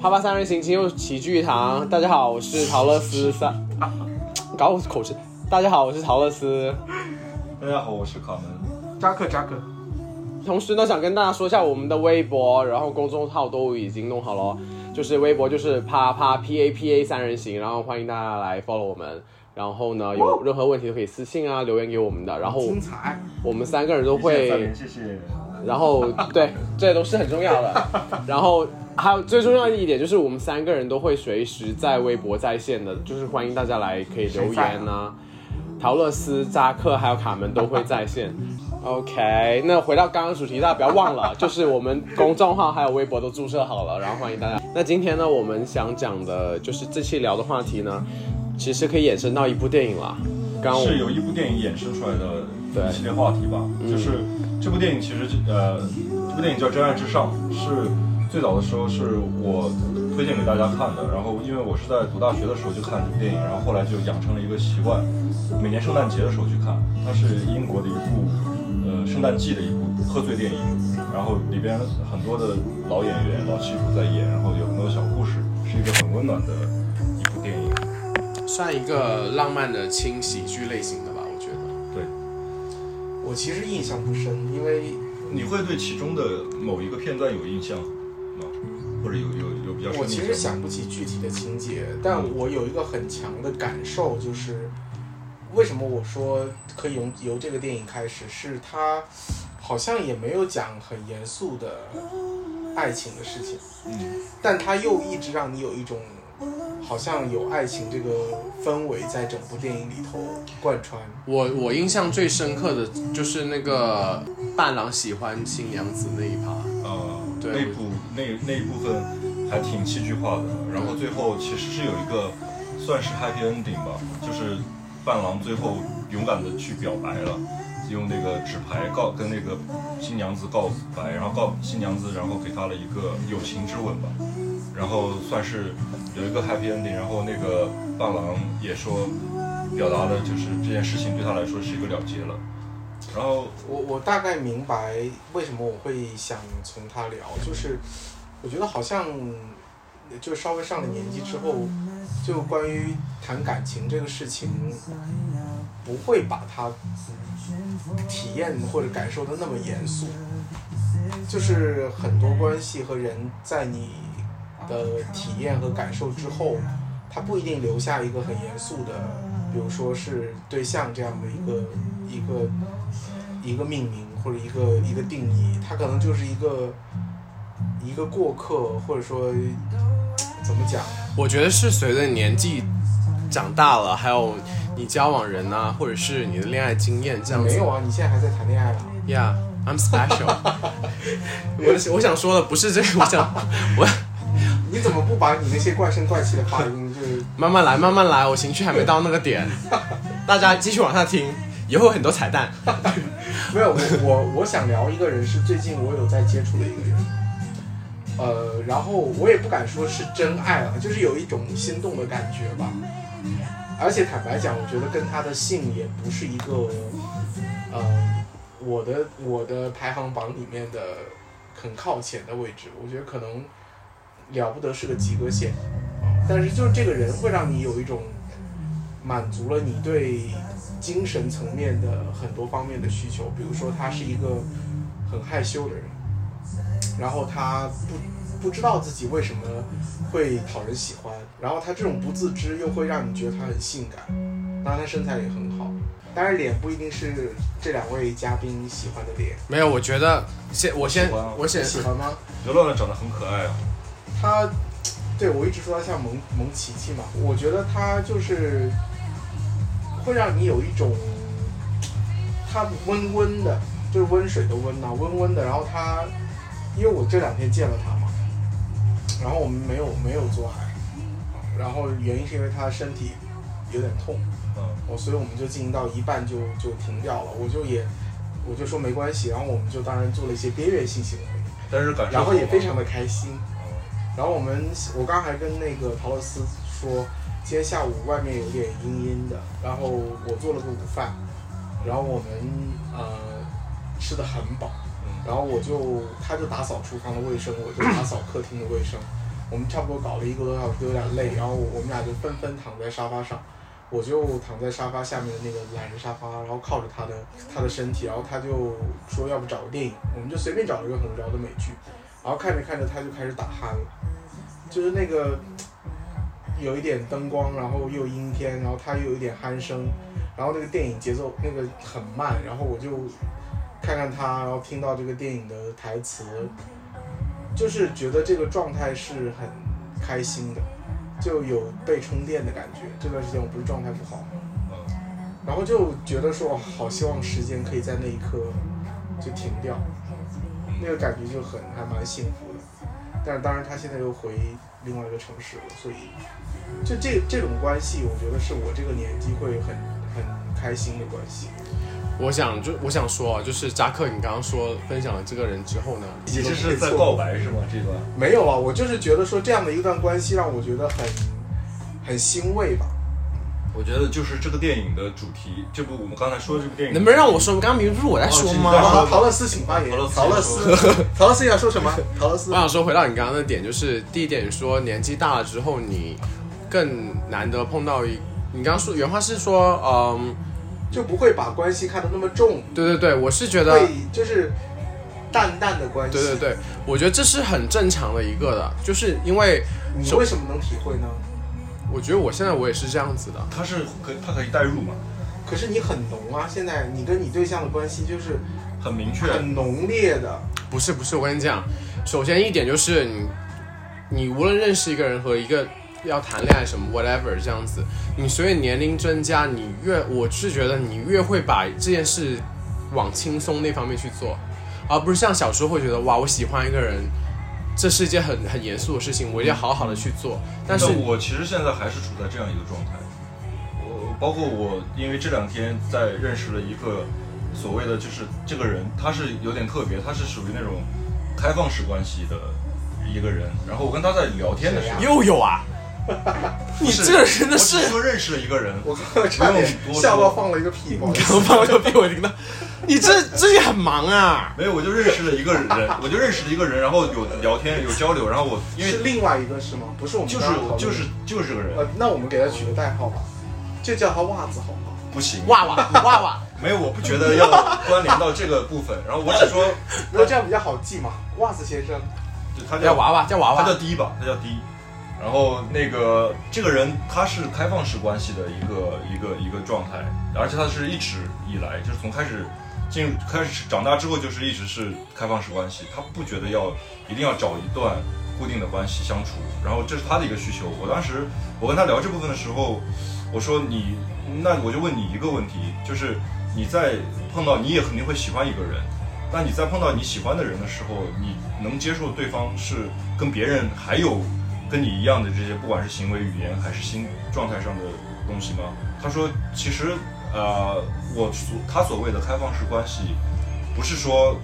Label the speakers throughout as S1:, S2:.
S1: 哈巴三人行今又齐聚一堂。大家好，我是陶乐斯三，啊、搞我口吃。大家好，我是陶乐斯。
S2: 大家好，我是卡门。
S3: 扎克扎克，
S1: 同时呢，想跟大家说一下我们的微博，然后公众号都已经弄好了哦，就是微博就是啪啪 P A P A 三人行，然后欢迎大家来 follow 我们。然后呢，有任何问题都可以私信啊，留言给我们的。然后
S3: 精彩！
S1: 我们三个人都
S2: 谢谢三
S1: 会
S2: 连，谢谢。
S1: 然后 对，这都是很重要 的。然后还有最重要的一点就是，我们三个人都会随时在微博在线的，就是欢迎大家来可以留
S3: 谁在
S1: 言啊。陶乐斯、扎克还有卡门都会在线。OK，那回到刚刚主题，大家不要忘了， 就是我们公众号还有微博都注册好了，然后欢迎大家。那今天呢，我们想讲的就是这期聊的话题呢，其实可以衍生到一部电影啦。刚刚我
S2: 是由一部电影衍生出来的
S1: 对嗯
S2: 一系列话题吧，就是这部电影其实呃，这部电影叫《真爱至上》，是最早的时候是我推荐给大家看的，然后因为我是在读大学的时候就看这部电影，然后后来就养成了一个习惯，每年圣诞节的时候去看，它是英国的一部呃圣诞季的一部贺岁电影，然后里边很多的老演员、老戏骨在演，然后有很多小故事，是一个很温暖的一部电影。
S1: 算一个浪漫的轻喜剧类型的吧，我觉得。
S2: 对，
S3: 我其实印象不深，因为
S2: 你会对其中的某一个片段有印象吗？或者有有有比较深的印象吗？
S3: 我其实想不起具体的情节，但我有一个很强的感受，就是为什么我说可以由由这个电影开始，是它好像也没有讲很严肃的爱情的事情，
S2: 嗯，
S3: 但它又一直让你有一种好像有爱情这个氛围在整部电影里头贯穿。
S1: 我我印象最深刻的就是那个伴郎喜欢新娘子那一趴。
S2: 呃，
S3: 哦
S1: 对
S2: 那部那那一部分还挺戏剧化的，然后最后其实是有一个算是 happy ending 吧，就是伴郎最后勇敢的去表白了。用那个纸牌告跟那个新娘子告白，然后告新娘子，然后给她了一个友情之吻吧，然后算是有一个 happy ending。然后那个伴郎也说，表达的就是这件事情对他来说是一个了结了。然后
S3: 我我大概明白为什么我会想从他聊，就是我觉得好像就稍微上了年纪之后，就关于谈感情这个事情，不会把它体验或者感受的那么严肃，就是很多关系和人在你的体验和感受之后，它不一定留下一个很严肃的，比如说是对象这样的一个一个一个命名或者一个一个定义，它可能就是一个一个过客，或者说怎么讲，
S1: 我觉得是随着年纪长大了，还有你交往人啊，或者是你的恋爱经验这样
S3: 没
S1: 子。
S3: 有啊，你现在还在谈恋爱啊？
S1: Yeah, I'm special 我。我想说的不是这个，我想我
S3: 你怎么不把你那些怪声怪气的发音就是？
S1: 慢慢来，慢慢来，我情绪还没到那个点。大家继续往下听，以后有很多彩蛋。
S3: 没有，我我我想聊一个人是最近我有在接触的一个人，呃，然后我也不敢说是真爱了，就是有一种心动的感觉吧。而且坦白讲，我觉得跟他的姓也不是一个，呃，我的我的排行榜里面的很靠前的位置，我觉得可能了不得是个及格线，但是就是这个人会让你有一种满足了你对精神层面的很多方面的需求，比如说他是一个很害羞的人，然后他不不知道自己为什么会讨人喜欢，然后他这种不自知又会让你觉得他很性感，当然他身材也很好，当然脸不一定是这两位嘉宾喜欢的脸，
S1: 没有，我觉得先我先
S2: 喜欢啊
S1: 我先
S3: 喜欢吗？
S2: 刘乐乐长得很可爱啊，
S3: 他，对我一直说他像蒙蒙奇奇嘛，我觉得他就是会让你有一种他温温的，就是温水的温呐、温温的。然后他，因为我这两天见了他嘛，然后我们没有没有做爱，然后原因是因为他身体有点痛，
S2: 嗯，
S3: 我所以我们就进行到一半就就停掉了，我就也我就说没关系，然后我们就当然做了一些边缘性行为，
S2: 但是感受
S3: 然后也非常
S2: 的，
S3: 的开心。然后我们，我刚还跟那个陶乐斯说，今天下午外面有点阴阴的，然后我做了个午饭，然后我们呃吃的很饱，
S2: 嗯
S3: 然后我就他就打扫厨房的卫生，我就打扫客厅的卫生，我们差不多搞了一个多小时，有点累，然后我们俩就纷纷躺在沙发上，我就躺在沙发下面的那个懒人沙发，然后靠着他的他的身体，然后他就说要不找个电影，我们就随便找了一个红着的美剧，然后看着看着他就开始打鼾了，就是那个有一点灯光，然后又阴天，然后他又有一点鼾声，然后那个电影节奏那个很慢，然后我就看看他，然后听到这个电影的台词，就是觉得这个状态是很开心的，就有被充电的感觉。这段时间我不是状态不好吗，
S2: 嗯，
S3: 然后就觉得说，哇好希望时间可以在那一刻就停掉，那个感觉就很还蛮幸福的。但是当然，他现在又回另外一个城市了，所以就这这种关系，我觉得是我这个年纪会很很开心的关系。
S1: 我想就我想说啊，就是扎克，你刚刚说分享了这个人之后呢，
S2: 你这是在告白是吗？这段
S3: 没有啊，我就是觉得说这样的一段关系让我觉得很很欣慰吧。
S2: 我觉得就是这个电影的主题，这部我们刚才说的这部电影，
S1: 能不能让我说？刚刚明明不是我在说
S2: 哦
S1: 吗
S2: 是？
S3: 好，陶乐斯请发言。
S2: 陶
S3: 陶
S2: 乐
S3: 乐
S2: 斯
S3: 斯，陶乐斯想说什么？陶乐斯
S1: 我，想说，回到你刚刚的点，就是第一点说，年纪大了之后，你更难得碰到一，你刚刚说原话是说，嗯，
S3: 就不会把关系看得那么重，
S1: 对对对，我是觉得
S3: 会就是淡淡的关系。
S1: 对对对，我觉得这是很正常的一个的，就是因为
S3: 你
S1: 首
S3: 为什么能体会呢？
S1: 我觉得我现在我也是这样子的，
S2: 他是可他可以代入嘛，
S3: 可是你很浓啊，现在你跟你对象的关系就是
S2: 很明确，
S3: 很浓烈的，
S1: 不是不是，我跟你讲，首先一点就是你，你无论认识一个人和一个要谈恋爱什么 whatever 这样子，你随着年龄增加，你越我是觉得你越会把这件事往轻松那方面去做，而不是像小时候会觉得哇，我喜欢一个人，这是一件很很严肃的事情，我一定要好好的去做。但是
S2: 我其实现在还是处在这样一个状态。我包括我，因为这两天在认识了一个所谓的就是这个人，他是有点特别，他是属于那种开放式关系的一个人。然后我跟他在聊天的时候，
S3: 谁
S1: 又有啊，
S2: 不
S1: 你
S2: 是
S1: 这个人真的
S2: 我只
S1: 是
S2: 说认识了一个人，
S3: 我刚刚差点
S2: 不用多说
S3: 笑到放了一个屁，不好意思
S1: 刚放个屁我听到，你这最近很忙啊。
S2: 没有，我就认识了一个人，我就认识了一个人，然后有聊天有交流，然后我因
S3: 是
S2: 为
S3: 另外一个是吗？不是我们
S2: 就是
S3: 刚刚讨论的
S2: 就是就是这个人
S3: 呃，那我们给他取个代号吧，就叫他袜子好不好？
S2: 不行，
S1: 哇哇哇哇！
S2: 没有，我不觉得要关联到这个部分。然后我只说，
S3: 如果这样比较好记嘛，袜子先生。
S2: 就他
S1: 叫
S2: 叫
S1: 娃娃，叫娃
S2: 他叫
S1: 娃，
S2: D 吧，他叫 D。然后那个这个人他是开放式关系的一个一个一个状态，而且他是一直以来就是从开始进入开始长大之后就是一直是开放式关系，他不觉得要一定要找一段固定的关系相处，然后这是他的一个需求。我当时我跟他聊这部分的时候，我说你那我就问你一个问题，就是你在碰到你也肯定会喜欢一个人，那你在碰到你喜欢的人的时候，你能接受对方是跟别人还有跟你一样的这些，不管是行为、语言还是心状态上的东西吗？他说，其实呃，我所他所谓的开放式关系，不是说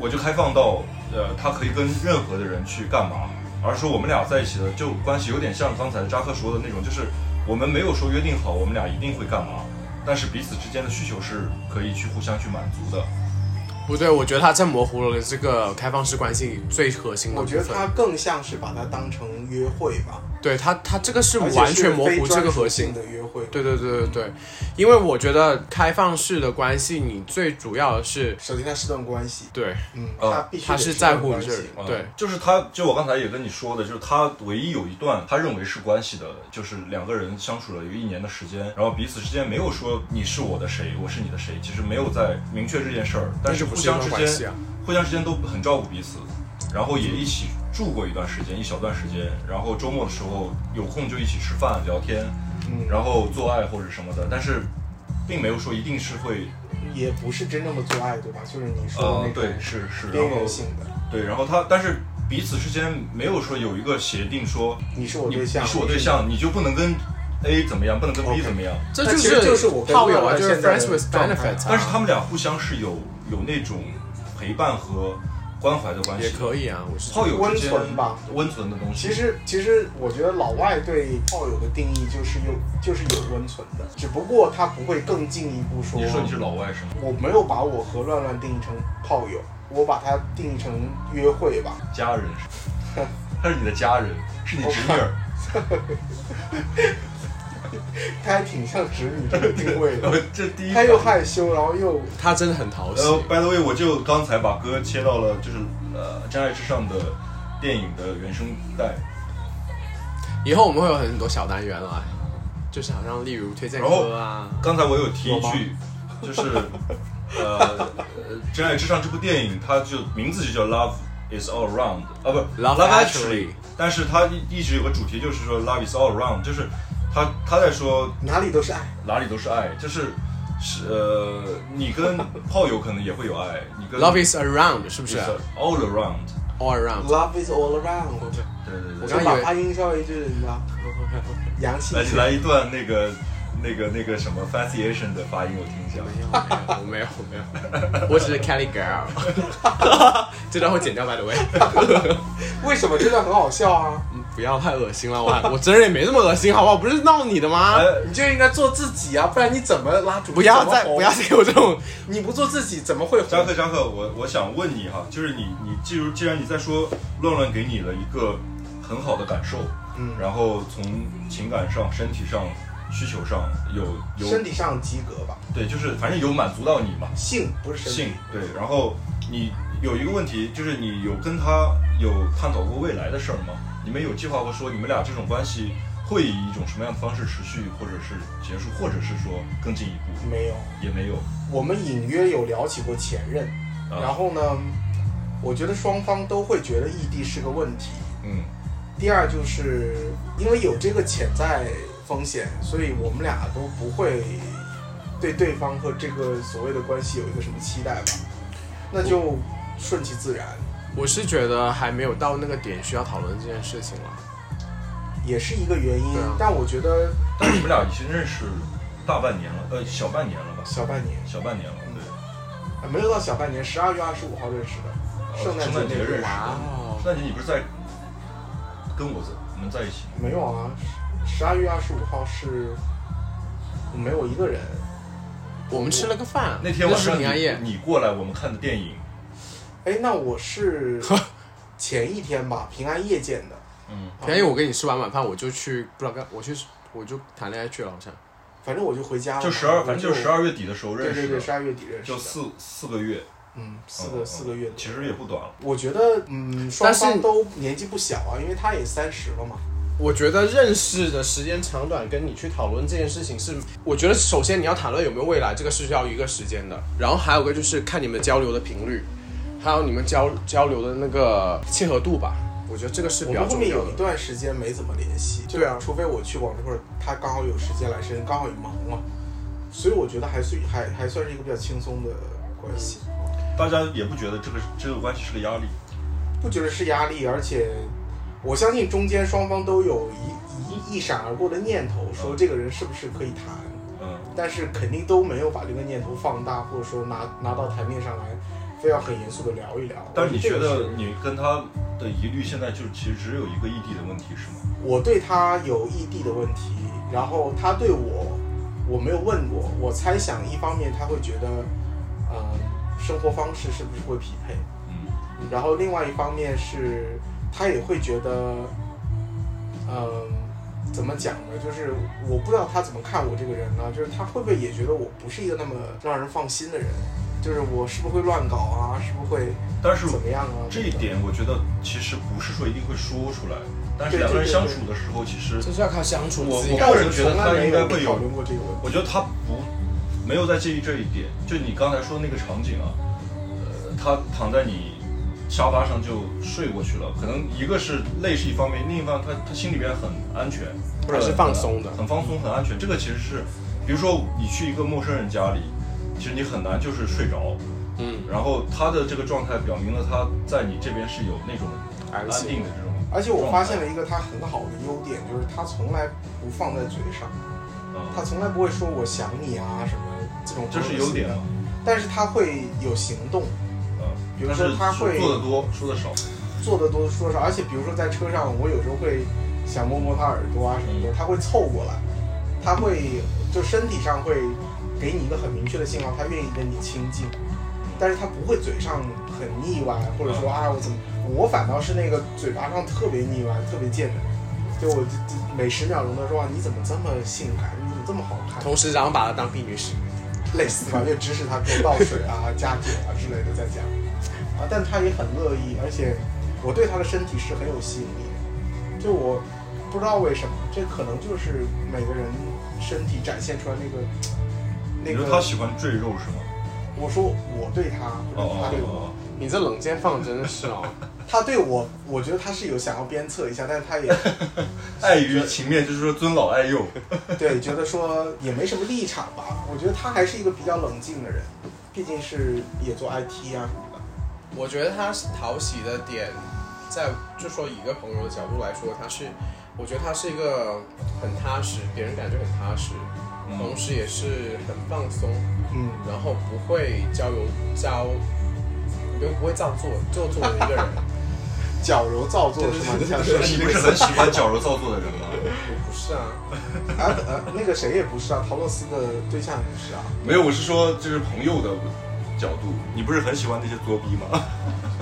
S2: 我就开放到呃，他可以跟任何的人去干嘛，而是说我们俩在一起的就关系有点像刚才扎克说的那种，就是我们没有说约定好我们俩一定会干嘛，但是彼此之间的需求是可以去互相去满足的。
S1: 不对，我觉得他在模糊了这个开放式关系最核心的
S3: 我
S1: 部
S3: 觉得
S1: 分。
S3: 他更像是把它当成约会吧，
S1: 对他，他这个是
S3: 而且
S1: 完全模
S3: 是
S1: 糊
S3: 非
S1: 这
S3: 专
S1: 个
S3: 属
S1: 核
S3: 性
S1: 心。
S3: 的约会，
S1: 对对对对对，因为我觉得开放式的关系，你最主要的是
S3: 首先它是段关系，
S1: 对，
S3: 嗯，
S2: 哦
S3: 它必须
S1: 他
S3: 得
S1: 是
S3: 是
S1: 在
S3: 段
S1: 乎
S3: 关
S1: 这
S3: 系
S1: 人，对
S2: 嗯，就是他，就我刚才也跟你说的，就是他唯一有一段他认为是关系的，就是两个人相处了有一年的时间，然后彼此之间没有说你是我的谁，我是你的谁，其实没有在明确这件事儿，
S1: 那
S2: 但是
S1: 就不
S2: 互
S1: 是一
S2: 相
S1: 段
S2: 之
S1: 关系
S2: 间，
S1: 啊。
S2: 互相之间都很照顾彼此，然后也一起住过一段时间，一小段时间，然后周末的时候有空就一起吃饭聊天，
S3: 嗯，
S2: 然后做爱或者什么的，但是并没有说一定是会，
S3: 也不是真正的做爱，对吧？就是你说
S2: 呃
S3: 的，那
S2: 对，
S3: 种
S2: 是是，然
S3: 边
S2: 后
S3: 缘性的，
S2: 对，然后他但是。彼此之间没有说有一个协定说
S3: 你是我
S2: 你
S3: 对象，
S2: 你是我对，象，你就不能跟 A 怎么样，不能跟 B
S3: OK 啊
S2: 怎么样。
S1: 这
S3: 那
S1: 就
S3: 其实就是我跟
S1: 炮友
S3: 乐
S1: 啊，
S3: 乐
S1: 就是 friends
S3: 现在的
S1: with
S3: 状态
S1: benefits，啊
S2: 但是他们俩互相是有有那种陪伴和关怀的关
S1: 也
S2: 系。
S1: 可以啊，我是
S2: 炮友之间
S3: 温存吧，
S2: 温存的东西。
S3: 其实，其实我觉得老外对炮友的定义就是有，就是有温存的，只不过他不会更进一步
S2: 你说你是老外是吗？
S3: 我没有把我和乱乱定义成炮友，我把它定义成约会吧。
S2: 家人是吗？他是你的家人，是你侄女儿，
S3: 他还挺像侄女这个定位的，
S2: 呃，这第一
S3: 他
S2: 反
S3: 又
S2: 应。
S3: 害羞，然后又
S4: 他真的很讨喜。
S2: 呃，by the way，我就刚才把歌切到了，就是呃《真爱至上》的电影的原声带，
S4: 以后我们会有很多小单元来，就是好像例如推荐歌啊，
S2: 刚才我有提一
S4: 有吗
S2: 句，就是呃，呃《真爱至上》这部电影，它就名字就叫 Love is all around 啊，不
S4: Love
S2: Actually
S4: Actually
S2: 但是它一一直有个主题，就是说 Love is all around，就是他他在说
S3: 哪里都是爱。
S2: 哪里都是爱，就是是呃，你跟炮友可能也会有爱，你跟
S4: Love is around 是不啊
S2: 就是是 all around，
S4: ？All around。
S3: Love is all around，
S2: 对对
S4: 我
S2: 对
S4: 刚
S3: 就
S4: 以
S3: 把
S4: 为
S3: 发音稍微就是你知道，阳气
S2: 来
S3: 一些
S2: 来一段那个那个那个什么 Fascination 的发音，我听一下。
S4: 啊我没有，我没有，我只是 Kelly girl。这段会剪掉，by the way。嗯
S3: 为什么这段很好笑啊？
S4: 不要太恶心了，我还我真人也没那么恶心，好不好？不是闹你的吗？
S2: 哎，
S3: 你就应该做自己啊，不然你怎么拉主？
S4: 不要再
S3: 怎么红
S4: 不要再给我这种，
S3: 你不做自己怎么会红？
S2: 扎克扎克，我我想问你哈，就是你你既如既然你在说乱乱给你了一个很好的感受，
S3: 嗯
S2: 然后从情感上、身体上、需求上有有
S3: 身体上及格吧，
S2: 对，就是反正有满足到你嘛，
S3: 性不是身体
S2: 性对，然后你有一个问题就是你有跟他有探讨过未来的事儿吗？你们有计划过说你们俩这种关系会以一种什么样的方式持续，或者是结束，或者是说更进一步？
S3: 没有。
S2: 也没有，
S3: 我们隐约有聊起过前任，
S2: 啊
S3: 然后呢，我觉得双方都会觉得异地是个问题。
S2: 嗯
S3: 第二就是因为有这个潜在风险，所以我们俩都不会对对方和这个所谓的关系有一个什么期待吧，那就顺其自然。
S4: 我是觉得还没有到那个点需要讨论这件事情了。
S3: 也是一个原因
S4: 对啊，
S3: 但我觉得
S2: 但你们俩已经认识大半年了，呃，小半年了吧？
S3: 小半年
S2: 小半年了，
S3: 嗯
S2: 对，
S3: 啊没有到小半年，十二月二十五号认识的，圣诞
S2: 呃圣诞
S3: 节
S2: 节
S3: 那
S2: 认识
S3: 天
S2: 的。
S3: 哇
S4: 哦
S2: 圣诞节你不是在跟我在我们在一起吗？
S3: 没有啊，十二月二十五号是我没有我一个人，
S4: 我们吃了个饭，
S2: 那天晚
S4: 是
S2: 上
S4: 平安夜。
S2: 你你过来，我们看的电影，
S3: 哎，那我是前一天吧，平安夜见的。啊
S2: 嗯，
S4: 平安夜我跟你吃完晚饭，我就去不知道干，我去我就谈恋爱去了，好像。
S3: 反正我就回家了嘛，
S2: 就十二，反正就是十
S3: 二，
S2: 二月底的时候
S3: 对
S2: 认
S3: 对
S2: 识
S3: 对，
S2: 的，
S3: 十二月底认识
S2: 就
S3: 的，
S2: 四四个月，
S3: 嗯，四
S2: 嗯
S3: 个
S2: 嗯
S3: 四个月左右
S2: 其实也不短了。
S3: 我觉得嗯，双
S4: 但是
S3: 方都年纪不小啊，因为他也三十了嘛，
S4: 我觉得认识的时间长短跟你去讨论这件事情是，我觉得首先你要谈论有没有未来，这个是需要一个时间的。然后还有个就是看你们交流的频率，还有你们交交流的那个契合度吧。我觉得这个是
S3: 我
S4: 比较
S3: 们后
S4: 重
S3: 面
S4: 要
S3: 有一
S4: 的。
S3: 段时间没怎么联系，
S4: 对啊
S3: 除非我去广州或者他刚好有时间来深圳，刚好也忙嘛，所以我觉得还算还还算是一个比较轻松的关系，
S2: 大家也不觉得这个这个关系是个压力，
S3: 不觉得是压力，而且我相信中间双方都有一一一闪而过的念头，说这个人是不是可以谈，
S2: 嗯，
S3: 但是肯定都没有把这个念头放大，或者说拿拿到台面上来，非要很严肃的聊一聊。
S2: 但是你
S3: 我
S2: 觉
S3: 这个
S2: 得
S3: 是
S2: 你跟他的疑虑现在就其实只有一个异地的问题是吗？
S3: 我对他有异地的问题，然后他对我，我没有问过。我猜想，一方面他会觉得，呃，生活方式是不是会匹配，
S2: 嗯，
S3: 然后另外一方面是，他也会觉得，嗯、怎么讲呢？就是我不知道他怎么看我这个人呢，就是他会不会也觉得我不是一个那么让人放心的人？就是我是不是会乱搞啊？是不是会
S2: 但是
S3: 怎么样啊？
S2: 这一点我觉得其实不是说一定会说出来，但是
S3: 对
S2: 两个人
S3: 对对
S2: 相
S3: 对
S2: 处的时候，其实
S4: 这是要靠相处
S2: 我
S4: 自己
S2: 我
S4: 感
S2: 个
S3: 但我
S2: 人觉得
S3: 从来
S2: 他
S3: 没
S2: 应该会有
S3: 讨论过这个问题。
S2: 我觉得他不没有在介意这一点，就你刚才说那个场景啊，呃，他躺在你沙发上就睡过去了，可能一个是累是一方面，另一方面他他心里边很安全，或
S4: 还
S2: 者
S4: 是放松的
S2: 很放松很安全。这个其实是，比如说你去一个陌生人家里，其实你很难就是睡着，
S4: 嗯，
S2: 然后他的这个状态表明了他在你这边是有那种安
S4: 安心
S2: 定的这种状态，
S3: 而且我发现了一个他很好的优点，就是他从来不放在嘴上，他
S2: 嗯，
S3: 从来不会说我想你啊什么这种。
S2: 这是优点嘛，，
S3: 但是他会有行动，
S2: 嗯，
S3: 比如
S2: 但
S3: 说
S2: 是
S3: 他会
S2: 做的多，说的少，
S3: 做的多说少，而且比如说在车上，我有时候会想摸摸他耳朵啊什么的，他会凑过来，他会就身体上会给你一个很明确的信号，他愿意跟你亲近，但是他不会嘴上很腻歪，或者说啊我怎么，我反倒是那个嘴巴上特别腻歪、特别贱的人，就我就就每十秒钟都说哇你怎么这么性感，你怎么这么好看，
S4: 同时然后把她当婢女使，
S3: 类似吧，就指使他给我倒水啊、加酒啊之类的在家，啊，但他也很乐意，而且我对他的身体是很有吸引力的，就我不知道为什么，这可能就是每个人身体展现出来那个那
S2: 你说
S3: 个。
S2: 他喜欢赘肉是吗？
S3: 我说我对他，不是他对我，
S2: 哦
S4: 你这冷箭放真是哦，
S3: 他对我，我觉得他是有想要鞭策一下，但是他也
S2: 碍于情面，就是说尊老爱幼。
S3: 对，觉得说也没什么立场吧。我觉得他还是一个比较冷静的人，毕竟是也做 IT 啊什么的。
S1: 我觉得他讨喜的点，在就说以一个朋友的角度来说，他是，我觉得他是一个很踏实，给人感觉很踏实，同
S2: 嗯，
S1: 时也是很放松，
S3: 嗯，
S1: 然后不会交游交，不不会造作做作的一个人。
S3: 矫揉造作是吗？你想说
S2: 你不是很喜欢矫揉造作的人吗？
S1: 我不是啊，
S3: 啊呃，那个谁也不是啊，陶洛斯的对象也不是啊。
S2: 没有，我是说就是朋友的角度，你不是很喜欢那些作逼吗？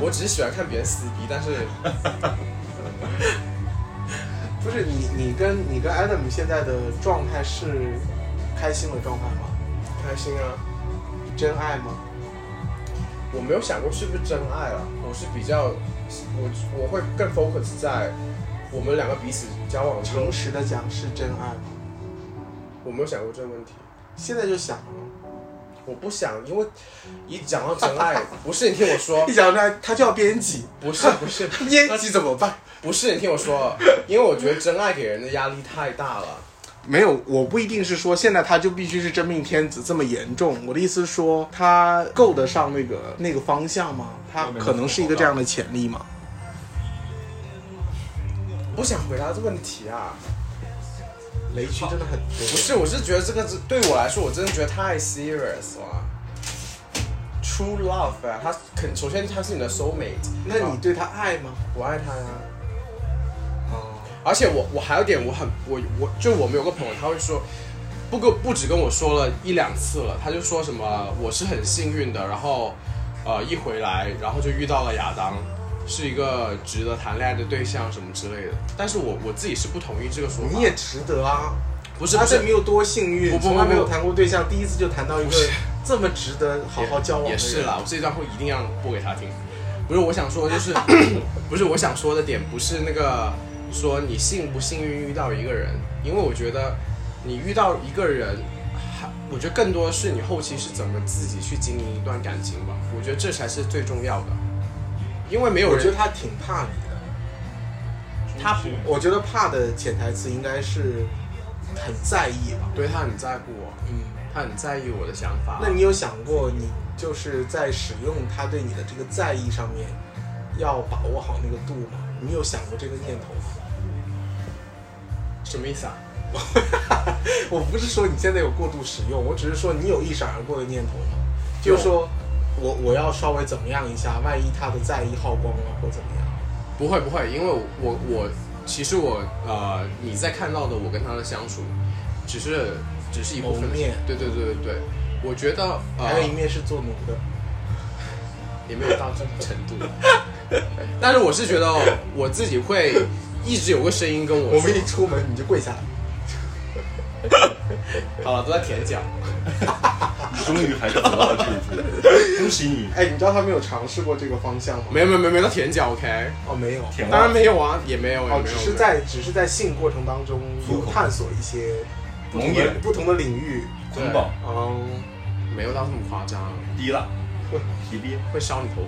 S1: 我只是喜欢看别人撕逼，但是
S3: 不是你，你跟你跟 Adam 现在的状态是开心的状态吗？
S1: 开心啊。
S3: 真爱吗？
S1: 我没有想过是不是真爱了，我是比较，我我会更 focus 在我们两个彼此交往中
S3: 诚，实的讲是真爱吗？
S1: 我没有想过这个问题。
S3: 现在就想了。
S1: 我不想，因为一讲到真爱，不是你听我说
S3: 一，讲出来，他就要编辑，
S1: 不是不是
S3: 编辑怎么办？
S1: 不是你听我说，因为我觉得真爱给人的压力太大了。
S3: 没有，我不一定是说现在他就必须是真命天子这么严重。我的意思是说，他够得上那个那个方向吗？他可能是一个这样的潜力吗？
S1: 不想回答这个问题啊，
S3: 雷区真的很
S1: 不
S3: 多。
S1: 是，我是觉得这个是对我来说，我真的觉得太 serious 了。True love 啊，他肯首先他是你的 soul mate，
S3: 那你对他爱吗？
S1: 我爱他呀。
S3: 哦，
S1: 而且我我还有点我很我我就我们有个朋友他会说，不跟不止跟我说了一两次了，他就说什么我是很幸运的，然后呃一回来然后就遇到了亚当，是一个值得谈恋爱的对象什么之类的。但是我我自己是不同意这个说法，
S3: 你也值得啊！
S1: 不是
S3: 他
S1: 不
S3: 这
S1: 是
S3: 没有多幸
S1: 不
S3: 运，
S1: 不
S3: 从来没有
S1: 不
S3: 谈过对象，第一次就谈到一
S1: 不
S3: 个
S1: 是
S3: 这么值得好好交往的
S1: 也
S3: 人。
S1: 是啦，我这一段会一定要播给他听。不是我想说，就是 不是我想说的点，不是那个说你幸不幸运遇到一个人，因为我觉得你遇到一个人，还我觉得更多的是你后期是怎么自己去经营一段感情吧，我觉得这才是最重要的。因为没有
S3: 我觉得
S1: 人，
S3: 他挺怕你的。
S1: 他不
S3: 我觉得怕的潜台词应该是很在意吧。
S1: 对他很在乎我，
S3: 嗯。
S1: 他很在意我的想法。
S3: 那你有想过，你就是在使用他对你的这个在意上面，要把握好那个度吗？你有想过这个念头吗？
S1: 什么意思啊？
S3: 我不是说你现在有过度使用，我只是说你有一闪而过的念头吗？就是说我我要稍微怎么样一下，万一他的在意耗光了或怎么样？
S1: 不会不会，因为我我我其实我呃，你在看到的我跟他的相处，只是只是一部分
S3: 某一面
S1: 对对对对对，我觉得呃
S3: 还有一面是做奴的，
S1: 也没有到这种程度， 但是我是觉得哦我自己会一直有个声音跟我
S3: 我
S1: 说
S3: 们，一出门你就跪下来，
S1: 好了，都在舔脚，
S2: 终于还是走到了这 一步，恭喜你！
S3: 哎，你知道他没有尝试过这个方向吗？
S1: 没有没有没有没有到舔脚，OK，
S3: 哦，没有，
S2: 舔
S1: 当然
S2: 了，
S1: 没有啊，也没有也没有，
S3: 哦，只是在只是在性过程当中有探索一些不同
S2: 蒙
S3: 的
S2: 眼
S3: 不同的领域，
S2: 捆绑，
S3: 哦、
S1: 没有到这么夸张，
S2: 低了，提逼，
S1: 会烧你头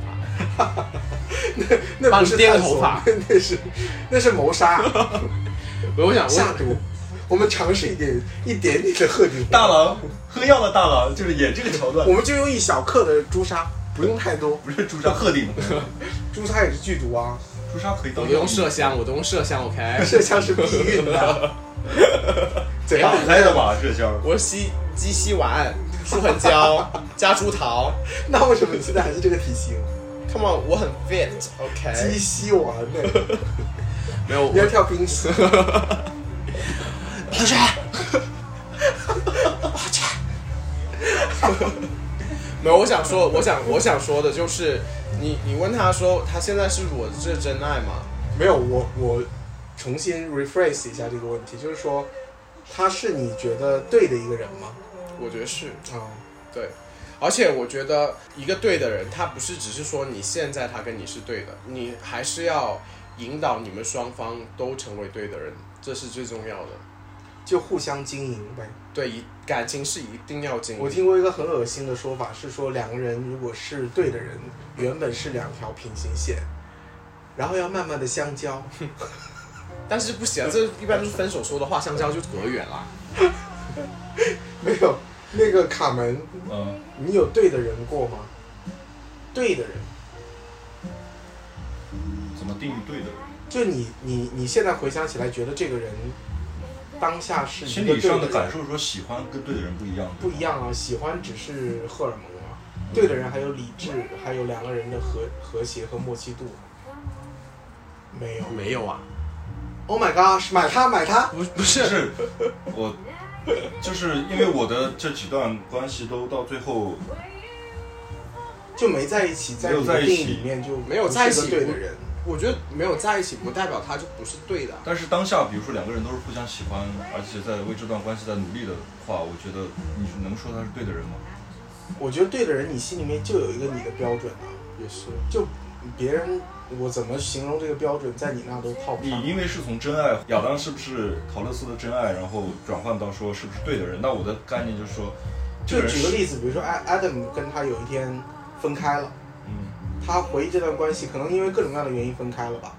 S1: 发，
S3: 那
S1: 帮
S3: 不
S1: 你
S3: 是
S1: 垫个
S3: 探索
S1: 头发
S3: 那是那是谋杀
S1: 我想
S3: 下
S1: 我
S3: 毒。我们尝试一点一点点的鹤顶红
S2: 大，郎喝药的大郎就是演这个桥段
S3: 我，们就用一小克的朱砂，不用太多，
S2: 不是朱砂鹤顶，
S3: 朱砂也是剧毒啊，
S2: 朱砂可以
S1: 我
S2: 当
S1: 都用麝
S2: 射，
S1: 香，我都用麝香，OK，
S3: 麝香 是避孕 的。怎样？
S2: 打开的吧，麝香。
S1: 我吸鸡吸丸、舒痕 胶加猪桃。
S3: 那为什么你现在还是这个体型？
S1: Come on，我很
S3: 鸡
S1: fit，OK、
S3: 西丸呢？
S1: 没有，
S3: 你 要
S1: 我
S3: 跳冰丝？
S1: 同学， 我去。没有，我想说，我想我想说的就是，你你问他说他现在是裸着这真爱吗？
S3: 没有，我我重新 rephrase 一下这个问题，就是说，他是你觉得对的一个人吗？
S1: 我觉得是，
S3: 啊、
S1: 对，而且我觉得一个对的人，他不是只是说你现在他跟你是对的，你还是要引导你们双方都成为对的人，这是最重要的。
S3: 就互相经营呗。
S1: 对，一感情是一定要经
S3: 我
S1: 历。
S3: 听过一个很恶心的说法，是说两个人如果是对的人，原本是两条平行线，然后要慢慢的相交。
S1: 但是不行，这一般都是分手说的话，相交就隔远啦。
S3: 没有，那个卡门，
S2: 嗯，
S3: 你有对的人过吗？对的人，
S2: 怎么定义对的人？
S3: 就你你你现在回想起来，觉得这个人当下是
S2: 心
S3: 一个
S2: 理
S3: 对
S2: 上
S3: 的
S2: 的感
S3: 人，
S2: 受说喜欢跟对的人不一样，
S3: 不一样啊。喜欢只是荷尔蒙啊，对的人还有理智，还有两个人的和和谐和默契度。没有
S1: 没有啊，
S3: ，Oh my gosh，买它买它。
S1: 不不，
S2: 就是是我，就是因为我的这几段关系都到最后，
S3: 就没在一起，在
S2: 没有
S3: 你
S2: 在
S3: 的
S2: 一
S3: 定
S2: 起
S3: 义里面就
S1: 没有在一起
S3: 不是个对的人，
S1: 我觉得没有在一起不代表他就不是对的啊。
S2: 但是当下，比如说两个人都是互相喜欢，而且在为这段关系在努力的话，我觉得你能说他是对的人吗？
S3: 我觉得对的人，你心里面就有一个你的标准啊，
S1: 也是，
S3: 就别人我怎么形容这个标准，在你那都套不
S2: 你
S3: 上。
S2: 因为是从真爱亚当是不是陶乐斯的真爱，然后转换到说是不是对的人？那我的概念就是说，这
S3: 就
S2: 个人
S3: 举个
S2: 是，
S3: 例子，比如说 A- Adam 跟他有一天分开了，
S2: 嗯，
S3: 他回忆这段关系，可能因为各种各样的原因分开了吧，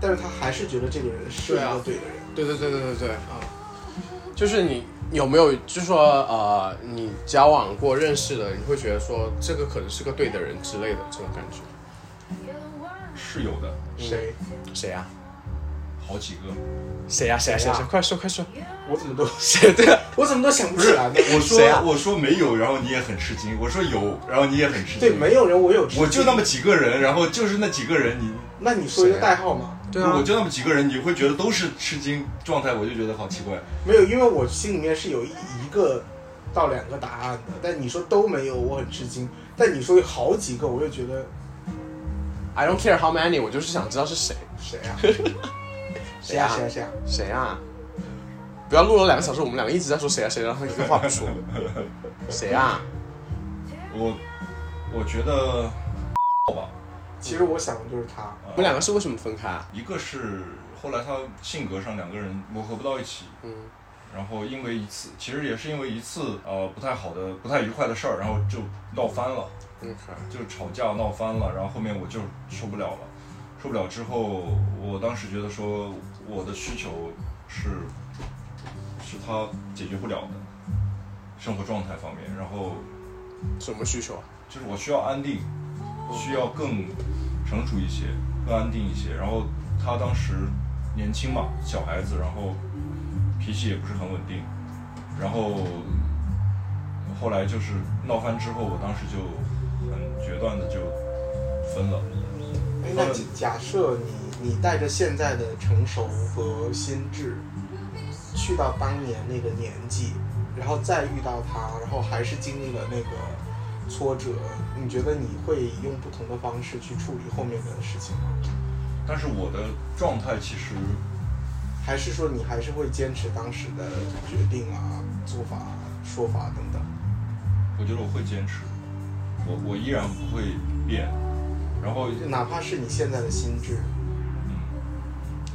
S3: 但是他还是觉得这个人是
S1: 对
S3: 一个
S1: 啊
S3: 对的人。
S1: 对对对对对对
S3: 啊
S1: 啊，就是你有没有就是说呃，你交往过认识的，你会觉得说这个可能是个对的人之类的这种感觉。
S2: 是有的，
S3: 谁？
S1: 谁呀、
S2: 好几个。
S1: 谁啊呀、谁呀、谁啊呀、
S3: 谁呀
S1: 快说快说！
S3: 我怎么都
S1: 谁啊的？
S3: 我怎么都想不起来呢？
S2: 我说、
S1: 谁啊
S2: 我说没有，然后你也很吃惊；我说有，然后你也很吃惊。
S3: 对，没有人，我有知己。
S2: 我就那么几个人，然后就是那几个人，你
S3: 那你说一个
S1: 谁啊
S3: 代号嘛？
S1: 对
S2: 我
S1: 啊，
S2: 就那么几个人，你会觉得都是吃惊状态，我就觉得好奇怪。
S3: 没有，因为我心里面是有一一个到两个答案的，但你说都没有，我很吃惊。但你说有好几个，我又觉得
S1: I don't care how many，我就是想知道是谁。
S3: 谁啊？谁
S1: 谁
S3: 啊
S1: 啊
S3: 谁啊谁啊？
S1: 谁啊？不要录了两个小时，我们两个一直在说谁啊谁啊，然后一句话不说。谁啊？
S2: 我我觉得呃
S3: 其实我想的就是他，
S1: 我们两个是为什么分开啊？
S2: 一个是后来他性格上两个人磨合不到一起，
S1: 嗯，
S2: 然后因为一次，其实也是因为一次呃不太好的、不太愉快的事儿，然后就闹翻了，
S1: 嗯，
S2: 就吵架闹翻了，然后后面我就受不了了，受不了之后，我当时觉得说我的需求是是他解决不了的，生活状态方面，然后
S1: 什么需求啊？
S2: 就是我需要安定，需要更成熟一些，更安定一些。然后他当时年轻嘛，小孩子，然后脾气也不是很稳定，然后后来就是闹翻之后，我当时就很决断的就分了。
S3: 哎那假假设你你带着现在的成熟和心智，去到当年那个年纪，然后再遇到他，然后还是经历了那个挫折，你觉得你会用不同的方式去处理后面的事情吗？
S2: 但是我的状态其实
S3: 还是说你还是会坚持当时的决定啊、做法、说法等等？
S2: 我觉得我会坚持，我我依然不会变。然后嗯
S3: 就哪怕是你现在的心智，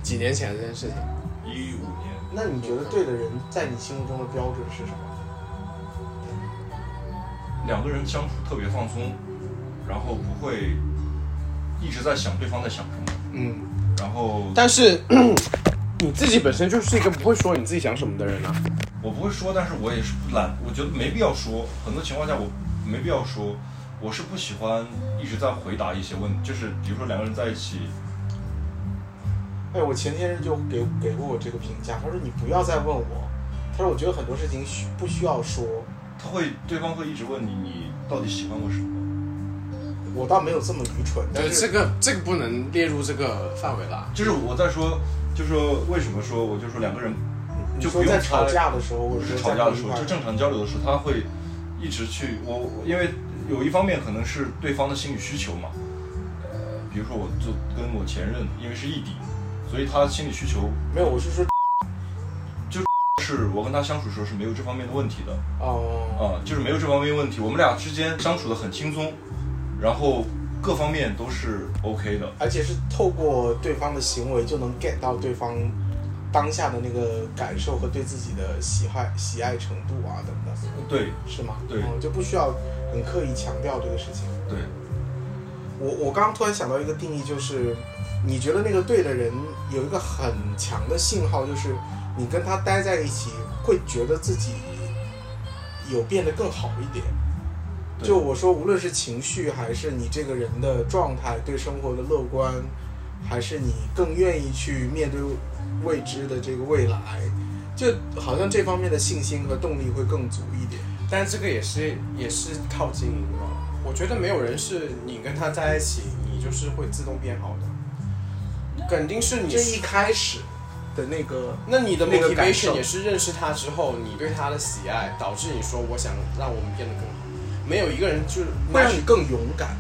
S1: 几年前这件事情，
S2: 一五年
S3: 那你觉得对的人在你心目中的标准是什么？
S2: 两个人相处特别放松，然后不会一直在想对方在想什么，
S3: 嗯，
S2: 然后
S1: 但是 你自己本身就是一个不会说你自己想什么的人啊。
S2: 我不会说，但是我也是不懒，我觉得没必要说。很多情况下我没必要说，我是不喜欢一直在回答一些问，就是比如说两个人在一起，
S3: 哎，我前些日就给给过我这个评价，他说你不要再问我，他说我觉得很多事情需不需要说，
S2: 他会对方会一直问你你到底喜欢我什么，
S3: 我倒没有这么愚蠢，但
S1: 对，这
S3: 是
S1: 个这个不能列入这个范围啦。
S2: 就是我在说，就说为什么说，我就说两个人
S3: 你
S2: 就
S3: 说
S2: 不用
S3: 在吵
S2: 猜
S3: 架的时候，我
S2: 不
S3: 觉
S2: 是
S3: 得
S2: 吵
S3: 在
S2: 架
S3: 不
S2: 的时
S3: 愉
S2: 候，
S3: 快
S2: 就正常交流的时候，他会一直去我，我因为有一方面可能是对方的心理需求嘛，呃比如说我就跟我前任，因为是异地，所以他心理需求
S3: 没有，我是说
S2: 是我跟他相处的时候是没有这方面的问题的
S3: 哦，
S2: 啊、就是没有这方面问题，我们俩之间相处的很轻松，然后各方面都是 OK 的。
S3: 而且是透过对方的行为就能 get 到对方当下的那个感受和对自己的喜爱喜爱程度啊等等，
S2: 对
S3: 是吗？
S2: 对
S3: 嗯，就不需要很刻意强调这个事情。
S2: 对，
S3: 我我刚刚突然想到一个定义，就是你觉得那个对的人有一个很强的信号，就是你跟他待在一起，会觉得自己有变得更好一点。
S2: 对
S3: 就我说，无论是情绪，还是你这个人的状态，对生活的乐观，还是你更愿意去面对未知的这个未来，就好像这方面的信心和动力会更足一点。
S1: 但这个也是也是靠经营的。我觉得没有人是你跟他在一起，你就是会自动变好的，肯定是你
S3: 这。一开始的那个
S1: 那你的
S3: 那个感
S1: motivation
S3: 受
S1: 也是认识他之后，你对他的喜爱导致你说我想让我们变得更好。没有一个人就是
S3: 会让你更勇敢。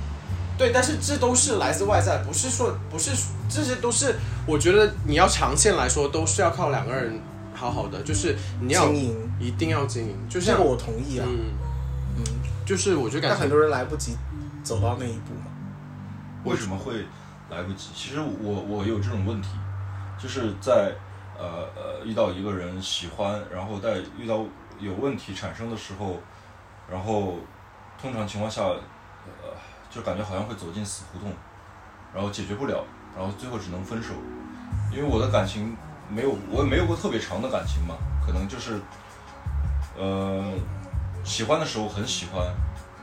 S1: 对，但是这都是来自外在，不是说不是这些都是我觉得你要长线来说都是要靠两个人好好的，就是你要
S3: 经营，
S1: 一定要经营，就
S3: 这
S1: 像
S3: 个我同意啊。
S1: 嗯，
S3: 嗯，
S1: 就是我就
S3: 但
S1: 感
S3: 很
S1: 觉
S3: 多人来不及走到那一步嘛。
S2: 为什么会来不及？其实我我有这种问题，就是在呃呃遇到一个人喜欢，然后在遇到有问题产生的时候，然后通常情况下，呃，就感觉好像会走进死胡同，然后解决不了，然后最后只能分手。因为我的感情没有，我也没有过特别长的感情嘛，可能就是，呃，喜欢的时候很喜欢，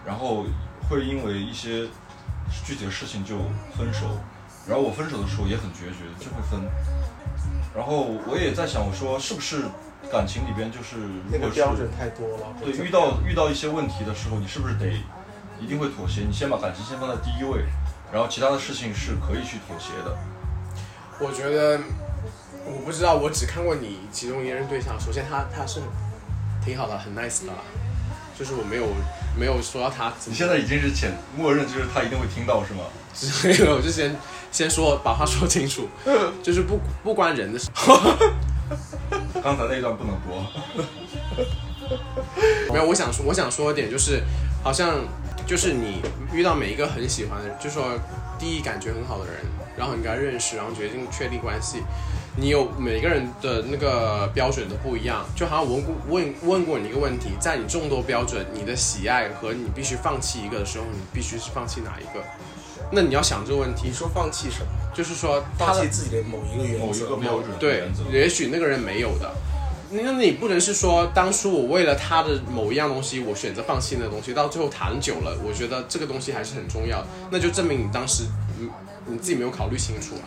S2: 然后会因为一些具体的事情就分手。然后我分手的时候也很决绝，就会分。然后我也在想，我说是不是感情里边就是
S3: 那
S2: 如
S3: 个
S2: 果是
S3: 标准太多了。
S2: 对，遇到遇到一些问题的时候，你是不是得一定会妥协？你先把感情先放在第一位，然后其他的事情是可以去妥协的。
S1: 我觉得我不知道，我只看过你其中一任对象，首先他他是挺好的，很 nice 的啦，就是我没有没有说到他怎
S2: 你
S1: 么
S2: 现 在已经是潜默认，就是他一定会听到，是 吗？
S1: 之类的，我就先先说把话说清楚，就是不不关人的事。
S2: 刚才那一段不能播。
S1: 没有，我想说，我想说一点就是，好像就是你遇到每一个很喜欢的人，就说第一感觉很好的人，然后你跟他认识，然后决定确立关系。你有每个人的那个标准都不一样，就好像我问过问问过你一个问题，在你众多标准，你的喜爱和你必须放弃一个的时候，你必须是放弃哪一个？那你要想这个问题
S3: 你，说放弃什么？
S1: 就是说他
S3: 放
S1: 的
S3: 弃自己的某一个原
S2: 某一
S3: 则。
S2: 个标准
S1: 对
S2: 原则，，
S1: 也许那个人没有的。那你不能是说，当初我为了他的某一样东西，我选择放弃那个东西，到最后谈久了，我觉得这个东西还是很重要的，那就证明你当时嗯你自己没有考虑清楚啊，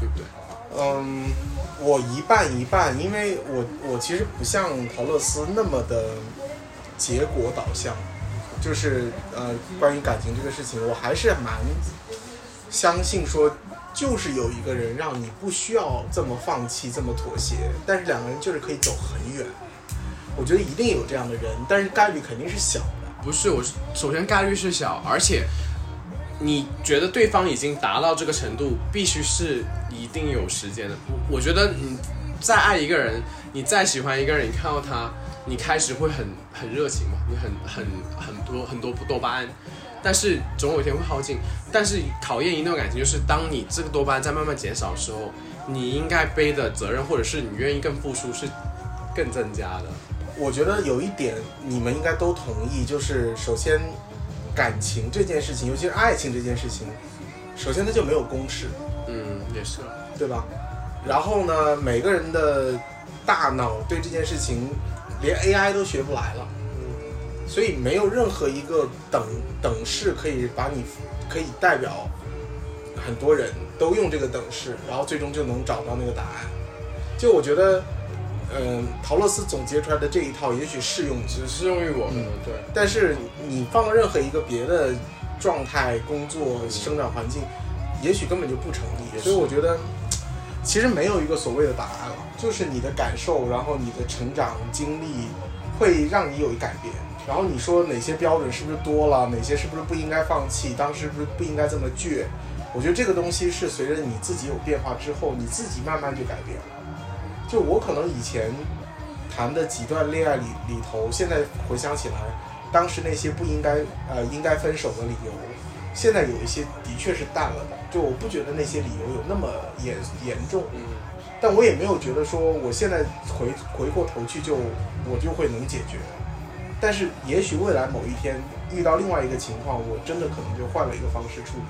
S1: 对不对？
S3: 嗯，我一半一半，因为我我其实不像陶乐斯那么的结果导向，就是呃，关于感情这个事情，我还是蛮相信说，就是有一个人让你不需要这么放弃、这么妥协，但是两个人就是可以走很远。我觉得一定有这样的人，但是概率肯定是小的。
S1: 不是，我是首先概率是小，而且你觉得对方已经达到这个程度，必须是一定有时间的。我我觉得你再爱一个人，你再喜欢一个人，你看到他，你开始会很很热情嘛，你很很很多很多多巴胺，但是总有一天会耗尽。但是考验一段感情，就是当你这个多巴胺在慢慢减少的时候，你应该背的责任，或者是你愿意更付出，是更增加的。
S3: 我觉得有一点你们应该都同意，就是首先感情这件事情，尤其是爱情这件事情，首先它就没有公式，
S1: 嗯，也是。
S3: 对吧？然后呢，每个人的大脑对这件事情连 AI 都学不来了，所以没有任何一个等等式可以把你可以代表很多人都用这个等式，然后最终就能找到那个答案。就我觉得，嗯，陶乐斯总结出来的这一套也许适用
S1: 只适用于我们，对。
S3: 但是你放到任何一个别的状态、工作、生长环境，也许根本就不成立。所以我觉得，其实没有一个所谓的答案了，就是你的感受，然后你的成长经历，会让你有改变。然后你说哪些标准是不是多了，哪些是不是不应该放弃，当时是不是不应该这么倔，我觉得这个东西是随着你自己有变化之后，你自己慢慢就改变了。就我可能以前谈的几段恋爱里里头，现在回想起来，当时那些不应该呃应该分手的理由，现在有一些的确是淡了的。就我不觉得那些理由有那么严严重，
S1: 嗯，
S3: 但我也没有觉得说我现在回回过头去就我就会能解决。但是也许未来某一天遇到另外一个情况，我真的可能就换了一个方式处理。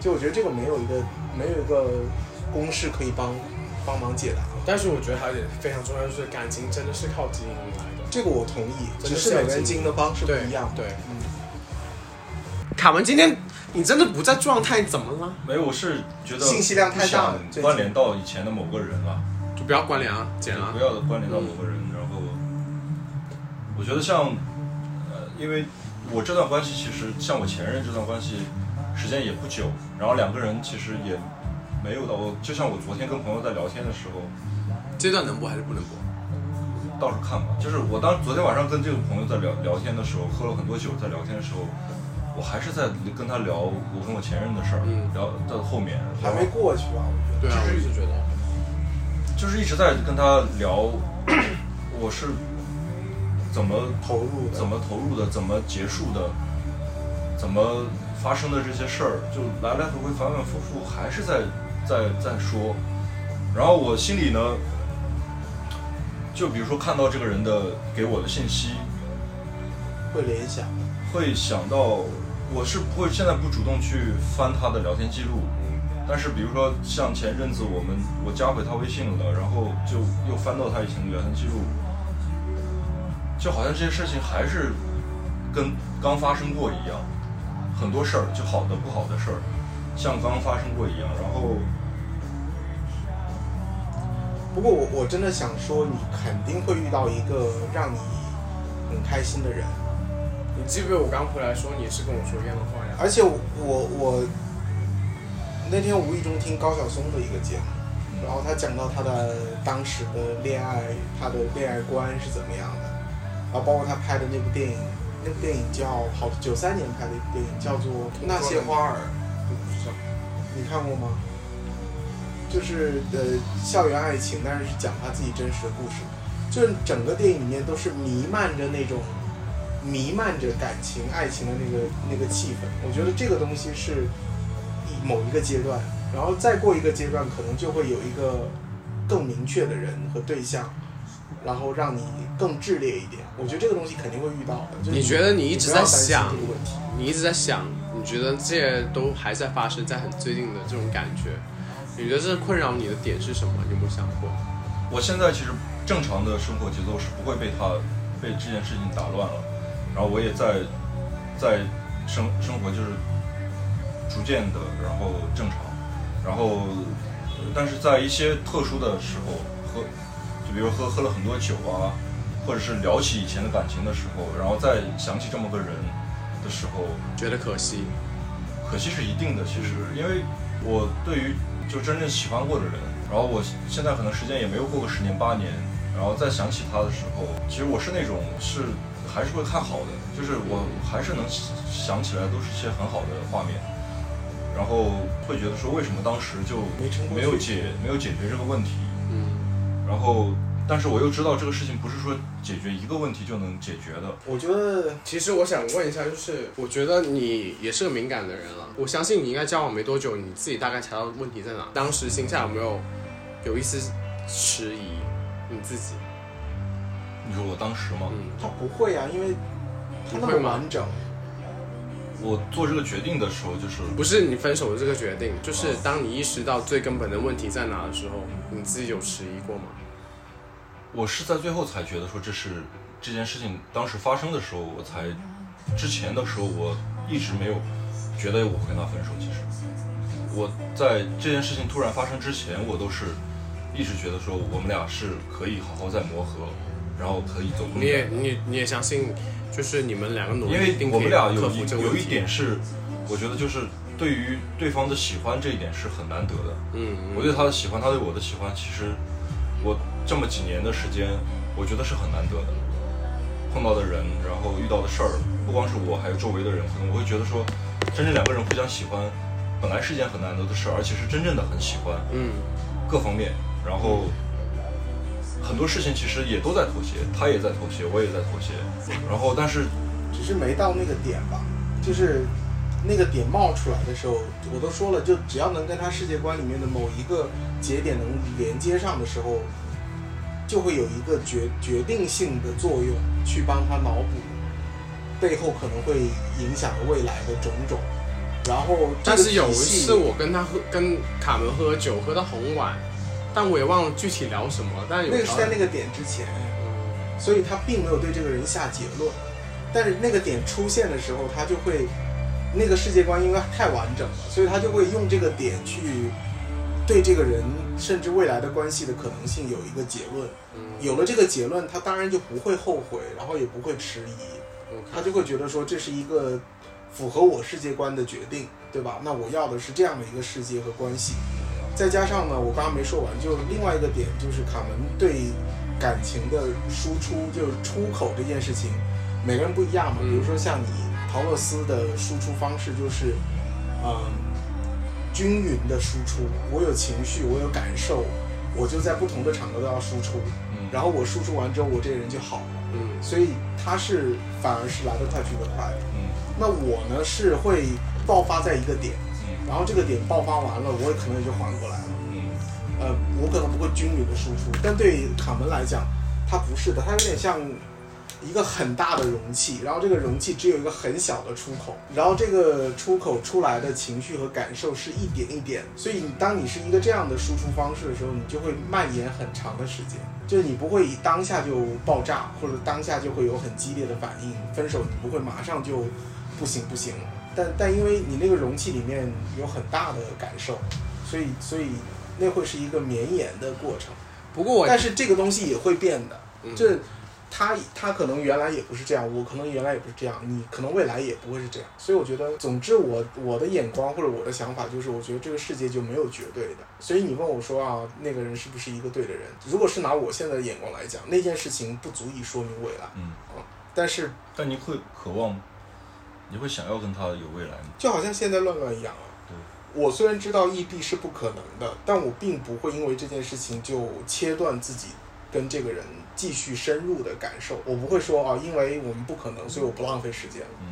S3: 就我觉得这个没有一个没有一个公式可以帮帮忙解答。
S1: 但是我觉得还有一点非常重要，就是感情真的是靠经营来的。
S3: 这个我同意，
S1: 真
S3: 只
S1: 的
S3: 是每个人经营的方式不
S1: 对
S3: 一样。
S1: 对，
S3: 嗯，
S1: 卡门，今天你真的不在状态，怎么了？
S2: 没有，我是觉得
S3: 信息量太大了
S2: 不想
S3: 最近
S2: 关联到以前的某个人了，
S1: 就不要关联啊，剪啊
S2: 不。要关联到某个人。然后，
S3: 嗯
S2: 我觉得像，呃，因为我这段关系其实像我前任这段关系时间也不久，然后两个人其实也没有到，就像我昨天跟朋友在聊天的时候，
S1: 这段能播还是不能播？
S2: 到时候看吧。就是我当昨天晚上跟这个朋友在聊聊天的时候，喝了很多酒，在聊天的时候，我还是在跟他聊我跟我前任的事儿，
S1: 嗯
S2: 聊到后面
S3: 还没过去吧？我觉得。
S1: 对啊，我
S2: 就
S1: 是
S2: 是
S1: 觉得。
S2: 就是一直在跟他聊， 我是怎么
S3: 投入的
S2: 怎么投入的，怎么结束的，怎么发生的这些事儿，就来来回回反反复复，还是在在在说。然后我心里呢，就比如说看到这个人的给我的信息，
S3: 会联想，
S2: 会想到，我是不会现在不主动去翻他的聊天记录，但是比如说像前阵子我们我加回他微信了，然后就又翻到他以前的聊天记录，就好像这些事情还是跟刚发生过一样，很多事儿就好的不好的事儿，像刚发生过一样，然后
S3: 不过我我真的想说，你肯定会遇到一个让你很开心的人，
S1: 你记不记得我刚回来的时候，你也是跟我说一样的话呀？
S3: 而且我我我那天无意中听高晓松的一个节目，然后他讲到他的当时的恋爱，他的恋爱观是怎么样的，然后包括他拍的那部电影，那部电影叫好九三年拍的一部电影叫做《那些花儿》，你看过吗？就是呃校园爱情，但是是讲他自己真实的故事，就是整个电影里面都是弥漫着那种弥漫着感情、爱情的那个那个气氛。我觉得这个东西是一某一个阶段，然后再过一个阶段，可能就会有一个更明确的人和对象，然后让你更炽烈一点。我觉得这个东西肯定会遇到的。就是
S1: 你觉得你一直在想
S3: 你不要担心这个问题？
S1: 你一直在想，你觉得这些都还在发生在很最近的这种感觉，你觉得这困扰你的点是什么？你有没有想过？
S2: 我现在其实正常的生活节奏是不会被他被这件事情打乱了，然后我也在在生生活就是逐渐的，然后正常，然后呃但是在一些特殊的时候喝，就比如喝喝了很多酒啊，或者是聊起以前的感情的时候，然后再想起这么个人的时候，
S1: 觉得可惜，
S2: 可惜是一定的，其实因为我对于就真正喜欢过的人，然后我现在可能时间也没有过个十年八年，然后再想起他的时候，其实我是那种是还是会看好的，就是我还是能想起来都是些很好的画面，然后会觉得说为什么当时就
S3: 没撑过
S2: 没
S3: 去
S2: 有解没有解决这个问题，
S1: 嗯，
S2: 然后但是我又知道这个事情不是说解决一个问题就能解决的，
S3: 我觉得
S1: 其实我想问一下，就是我觉得你也是个敏感的人了，我相信你应该交往没多久，你自己大概查到问题在哪，当时心下有没有有一丝迟疑？你自己，
S2: 你说我当时吗？
S1: 嗯，
S3: 他不会啊，因为他那
S1: 不
S3: 么
S1: 会吗
S3: 完整。
S2: 我做这个决定的时候就是
S1: 不是你分手的这个决定，就是当你意识到最根本的问题在哪的时候，你自己有迟疑过吗？
S2: 我是在最后才觉得说这是这件事情当时发生的时候，我才之前的时候我一直没有觉得我会跟他分手。其实我在这件事情突然发生之前，我都是一直觉得说我们俩是可以好好再磨合，然后可以走更
S1: 你也
S2: 远。
S1: 你也你也相信，就是你们两个努
S2: 嗯因
S1: 力，一
S2: 为
S1: 定可
S2: 我
S1: 以
S2: 们俩
S1: 克
S2: 有
S1: 服
S2: 一
S1: 这个
S2: 有
S1: 问
S2: 一
S1: 题。
S2: 点是，我觉得就是对于对方的喜欢这一点是很难得的。
S1: 嗯，嗯
S2: 我对他的喜欢，他对我的喜欢，其实我这么几年的时间，我觉得是很难得的。碰到的人，然后遇到的事儿，不光是我，还有周围的人，可能我会觉得说，真正两个人互相喜欢，本来是一件很难得的事，而且是真正的很喜欢
S4: 嗯
S2: 各方面，然后很多事情其实也都在妥协，他也在妥协，我也在妥协，然后但是
S3: 只是没到那个点吧，就是那个点冒出来的时候，我都说了，就只要能跟他世界观里面的某一个节点能连接上的时候，就会有一个决决定性的作用去帮他脑补背后可能会影响未来的种种。然后这
S1: 但
S3: 个体系，
S1: 是有一次我跟他喝，跟卡门喝酒，喝到很晚，但我也忘了具体聊什么。但有
S3: 那个是
S1: 聊
S3: 在那个点之前，
S1: 嗯
S3: 所以他并没有对这个人下结论。但是那个点出现的时候，他就会那个世界观因为太完整了，所以他就会用这个点去对这个人甚至未来的关系的可能性有一个结论。
S1: 嗯
S3: 有了这个结论，他当然就不会后悔，然后也不会迟疑。他就会觉得说这是一个符合我世界观的决定，对吧？那我要的是这样的一个世界和关系。再加上呢，我刚刚没说完，就另外一个点就是卡门对感情的输出，就是出口这件事情，每个人不一样嘛。
S1: 嗯
S3: 比如说像你陶乐斯的输出方式就是，嗯，均匀的输出。我有情绪，我有感受，我就在不同的场合都要输出。
S2: 嗯，
S3: 然后我输出完之后，我这个人就好了。
S1: 嗯
S3: 所以他是反而是来得快去得快。
S2: 嗯
S3: 那我呢是会爆发在一个点，
S2: 嗯
S3: 然后这个点爆发完了，我可能也就缓过来了。
S2: 嗯
S3: 呃，我可能不会均匀的输出，但对于卡门来讲，它不是的，它有点像一个很大的容器，然后这个容器只有一个很小的出口，然后这个出口出来的情绪和感受是一点一点，所以你当你是一个这样的输出方式的时候，你就会蔓延很长的时间，就是你不会当下就爆炸，或者当下就会有很激烈的反应，分手你不会马上就不行不行了，但但因为你那个容器里面有很大的感受，所以所以那会是一个绵延的过程。
S1: 不过我
S3: 但是这个东西也会变的，
S1: 嗯
S3: 这他他可能原来也不是这样，我可能原来也不是这样，你可能未来也不会是这样。所以我觉得，总之我我的眼光或者我的想法就是，我觉得这个世界就没有绝对的。所以你问我说啊，那个人是不是一个对的人？如果是拿我现在的眼光来讲，那件事情不足以说明未来，
S2: 嗯，
S3: 但是
S2: 但你会渴望，你会想要跟他有未来吗？
S3: 就好像现在乱乱一样啊。
S2: 对
S3: 我虽然知道异地是不可能的，但我并不会因为这件事情就切断自己跟这个人继续深入的感受。我不会说啊，因为我们不可能，所以我不浪费时间了。
S2: 嗯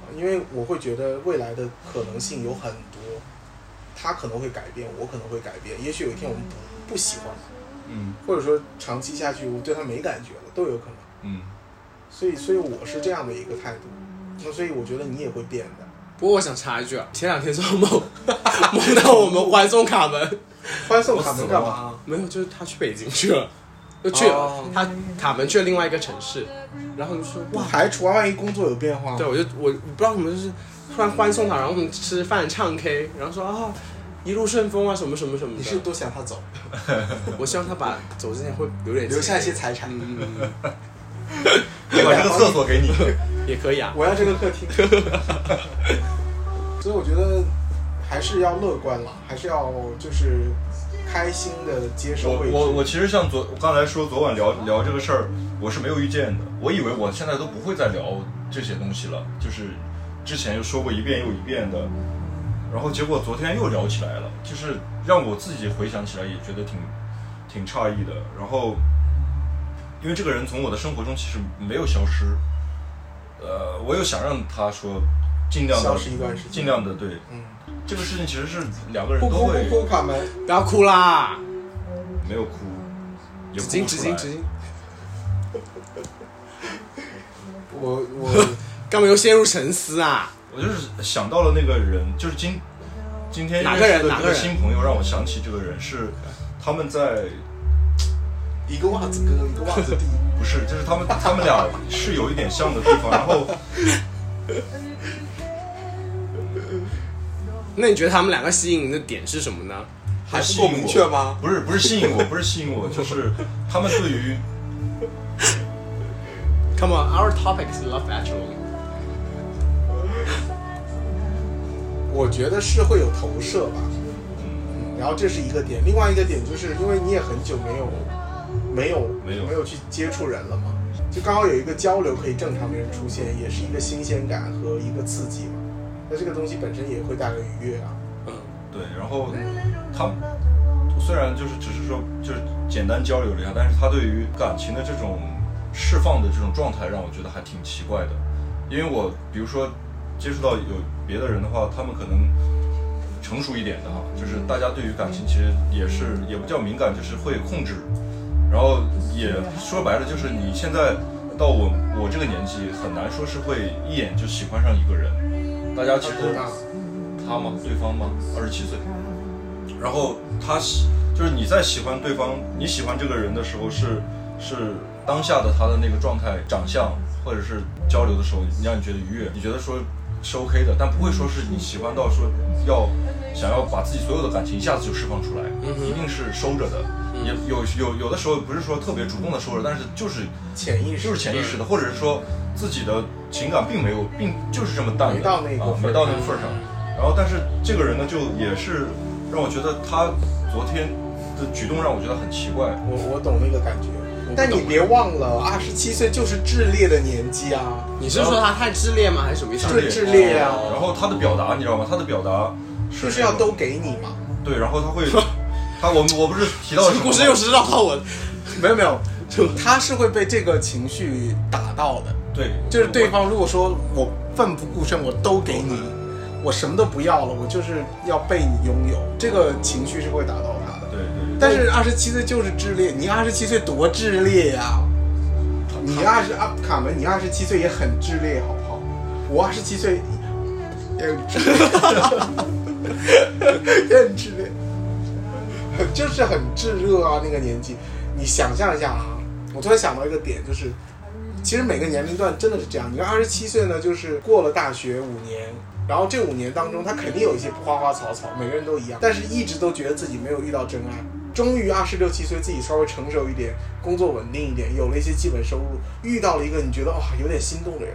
S3: 啊因为我会觉得未来的可能性有很多，他可能会改变，我可能会改变，也许有一天我们不不喜欢他，
S2: 嗯
S3: 或者说长期下去我对他没感觉了，都有可能。
S2: 嗯
S3: 所以，所以我是这样的一个态度。那所以我觉得你也会变的。
S1: 不过我想插一句啊，前两天做梦， 梦到我 们欢送卡门，
S3: 欢送卡门干嘛？啊
S1: 没有，就是他去北京去了，就去了、
S3: 哦
S1: 他卡门去了另外一个城市，然后就说
S3: 不
S1: 哇，
S3: 排除啊万一工作有变化。
S1: 对，我就我我不知道什么，就是突然欢送他，然后我们吃饭唱 K，然后说啊一路顺风啊什么什么什么的。
S3: 你是不是多想他走，
S1: 我希望他把走之前会留点
S3: 留下一些
S1: 财。
S3: 财产。
S1: 嗯，嗯嗯
S2: 我把这个厕所给你。
S1: 也可以啊。
S3: 我要这个客厅。 所以我觉得还是要乐观啦，还是要就是开心的接受
S2: 我
S3: 未知。
S2: 我我其实像昨我刚才说昨晚聊聊这个事儿，我是没有预见的。我以为我现在都不会再聊这些东西了，就是之前又说过一遍又一遍的，然后结果昨天又聊起来了，就是让我自己回想起来也觉得挺挺诧异的。然后因为这个人从我的生活中其实没有消失，呃，我又想让他说尽量的
S3: 消失一段时间
S2: 尽量的对
S3: 嗯，
S2: 这个事情其实是两个人
S3: 不
S2: 都
S3: 哭
S2: 会
S3: 不哭，卡门，
S1: 不要哭啦，
S2: 没有哭，也
S1: 纸
S2: 哭
S1: 巾
S2: 不
S1: 纸
S2: 出来
S1: 巾纸巾，
S3: 我 我
S1: 干嘛又陷入沉思啊？
S2: 我就是想到了那个人，就是今今天
S1: 哪个人
S2: 认识的
S1: 哪
S2: 这
S1: 个
S2: 个
S1: 人
S2: 新朋友让我想起这个人是他们在
S3: 一个袜子哥，一个袜子弟。
S2: 不是就是他们他们俩是有一点像的地方，然后
S1: 那你觉得他们两个吸引你的点是什么呢？
S3: 还不
S2: 吸
S3: 够
S2: 引
S3: 明
S2: 我
S3: 确吗
S2: 不是不是吸引我，不是吸引我，就是他们对于
S1: Come on, our topic is love actually.
S3: 我觉得是会有投射吧。嗯，然后这是一个点，另外一个点就是因为你也很久没有没有
S2: 没有
S3: 去接触人了嘛，就刚好有一个交流可以正常的人出现，也是一个新鲜感和一个刺激嘛。那这个东西本身也会带来愉悦啊。
S1: 嗯
S2: 对，然后他虽然就是只是说就是简单交流了一下，但是他对于感情的这种释放的这种状态，让我觉得还挺奇怪的。因为我比如说接触到有别的人的话，他们可能成熟一点的哈，就是大家对于感情其实也是也不叫敏感，就是会控制，然后也说白了就是你现在到我我这个年纪，很难说是会一眼就喜欢上一个人。大家其实
S3: 多大
S2: 他嘛，对方嘛，二十七岁，然后他喜就是你在喜欢对方，你喜欢这个人的时候是是当下的他的那个状态、长相或者是交流的时候，你让你觉得愉悦，你觉得说是 OK 的，但不会说是你喜欢到说要想要把自己所有的感情一下子就释放出来，一定是收着的。也有有有的时候不是说特别主动的收着，但是就是
S3: 潜意识
S2: 就是潜意识的，或者是说自己的情感并没有，并就是这么淡的，
S3: 没到那个
S2: 啊
S3: 份儿
S2: 没到那个份儿上。然后，但是这个人呢，就也是让我觉得他昨天的举动让我觉得很奇怪。
S3: 我我懂那个感觉
S1: 懂，
S3: 但你别忘了，二十七岁就是炽烈的年纪啊，
S1: 你是说他太炽烈吗？还是什么意思？
S3: 就是
S2: 烈
S3: 炽烈啊，
S2: 然后他的表达，你知道吗？他的表达是
S3: 就是啊
S2: 那
S3: 要
S2: 种
S3: 都给你嘛。
S2: 对，然后他会，他我我不是提到
S1: 这
S2: 什
S1: 个
S2: 么
S1: 故事又是绕到我了。
S3: 没有没有，他是会被这个情绪打到的。
S2: 对，
S3: 就是对方如果说我奋不顾身，我都给你，我什么都不要了，我就是要被你拥有，这个情绪是会打到他的。
S2: 对对，
S3: 但是二十七岁就是炽烈，你二十七岁多炽烈呀、你二十啊，卡门，你二十七岁也很炽烈，好不好？我二十七岁也很炽烈，也很炽烈，就是很炙热啊，那个年纪。你想象一下啊，我突然想到一个点，就是其实每个年龄段真的是这样。你看二十七岁呢，就是过了大学五年，然后这五年当中，他肯定有一些花花草草，每个人都一样，但是一直都觉得自己没有遇到真爱。终于二十六七岁，自己稍微成熟一点，工作稳定一点，有了一些基本收入，遇到了一个你觉得哇、哦有点心动的人，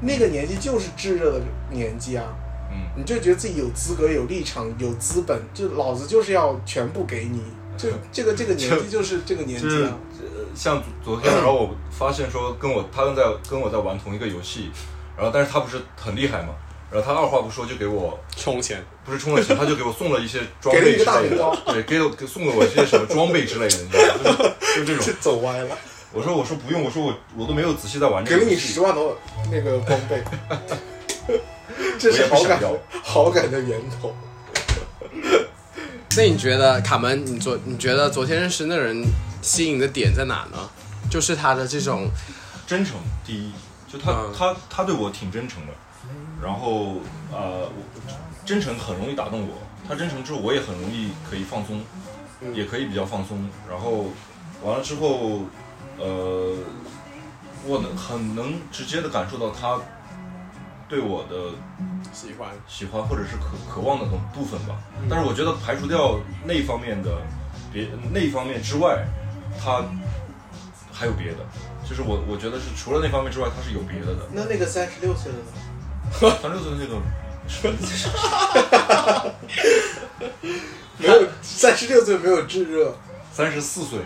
S3: 那个年纪就是炙热的年纪啊。
S2: 嗯，
S3: 你就觉得自己有资格、有立场、有资本，就老子就是要全部给你。就这个这个年纪就是这个年
S2: 就
S3: 纪
S2: 是
S3: 啊，
S2: 呃像昨昨天，然后我发现说跟我他们在跟我在玩同一个游戏，然后但是他不是很厉害嘛，然后他二话不说就给我
S4: 充钱，
S2: 不是充了钱，他就给我送了一些装
S3: 给了
S2: 备
S3: 一个
S2: 之
S3: 大
S2: 类
S3: 饼
S2: 的
S3: 干，
S2: 对，给我给送给我一些什么装备之类的， 你知道吗？就是就是这种。
S3: 走歪了，
S2: 我说我说不用，我说我我都没有仔细在玩这
S3: 给
S2: 个
S3: 了
S2: 游
S3: 你
S2: 戏
S3: 十，万多那个装 备，这是好感
S2: 我也
S3: 的好感的源头。。
S1: 所以你觉得卡门，你昨你觉得昨天认识那人吸引的点在哪呢？就是他的这种，
S2: 真诚第一，就他、
S1: 嗯
S2: 他他对我挺真诚的，然后呃，我真诚很容易打动我，他真诚之后我也很容易可以放松，也可以比较放松，然后完了之后，呃，我能很能直接的感受到他对我的
S4: 喜欢。
S2: 喜欢或者是渴渴望的那种部分吧。但是我觉得排除掉那方面的别那一方面之外，他还有别的。就是我我觉得是除了那方面之外，他是有别的的
S3: 那那个三十六岁的呢？
S2: 三六岁那个
S3: 没有，三十六岁没有炙热，
S2: 三十四岁，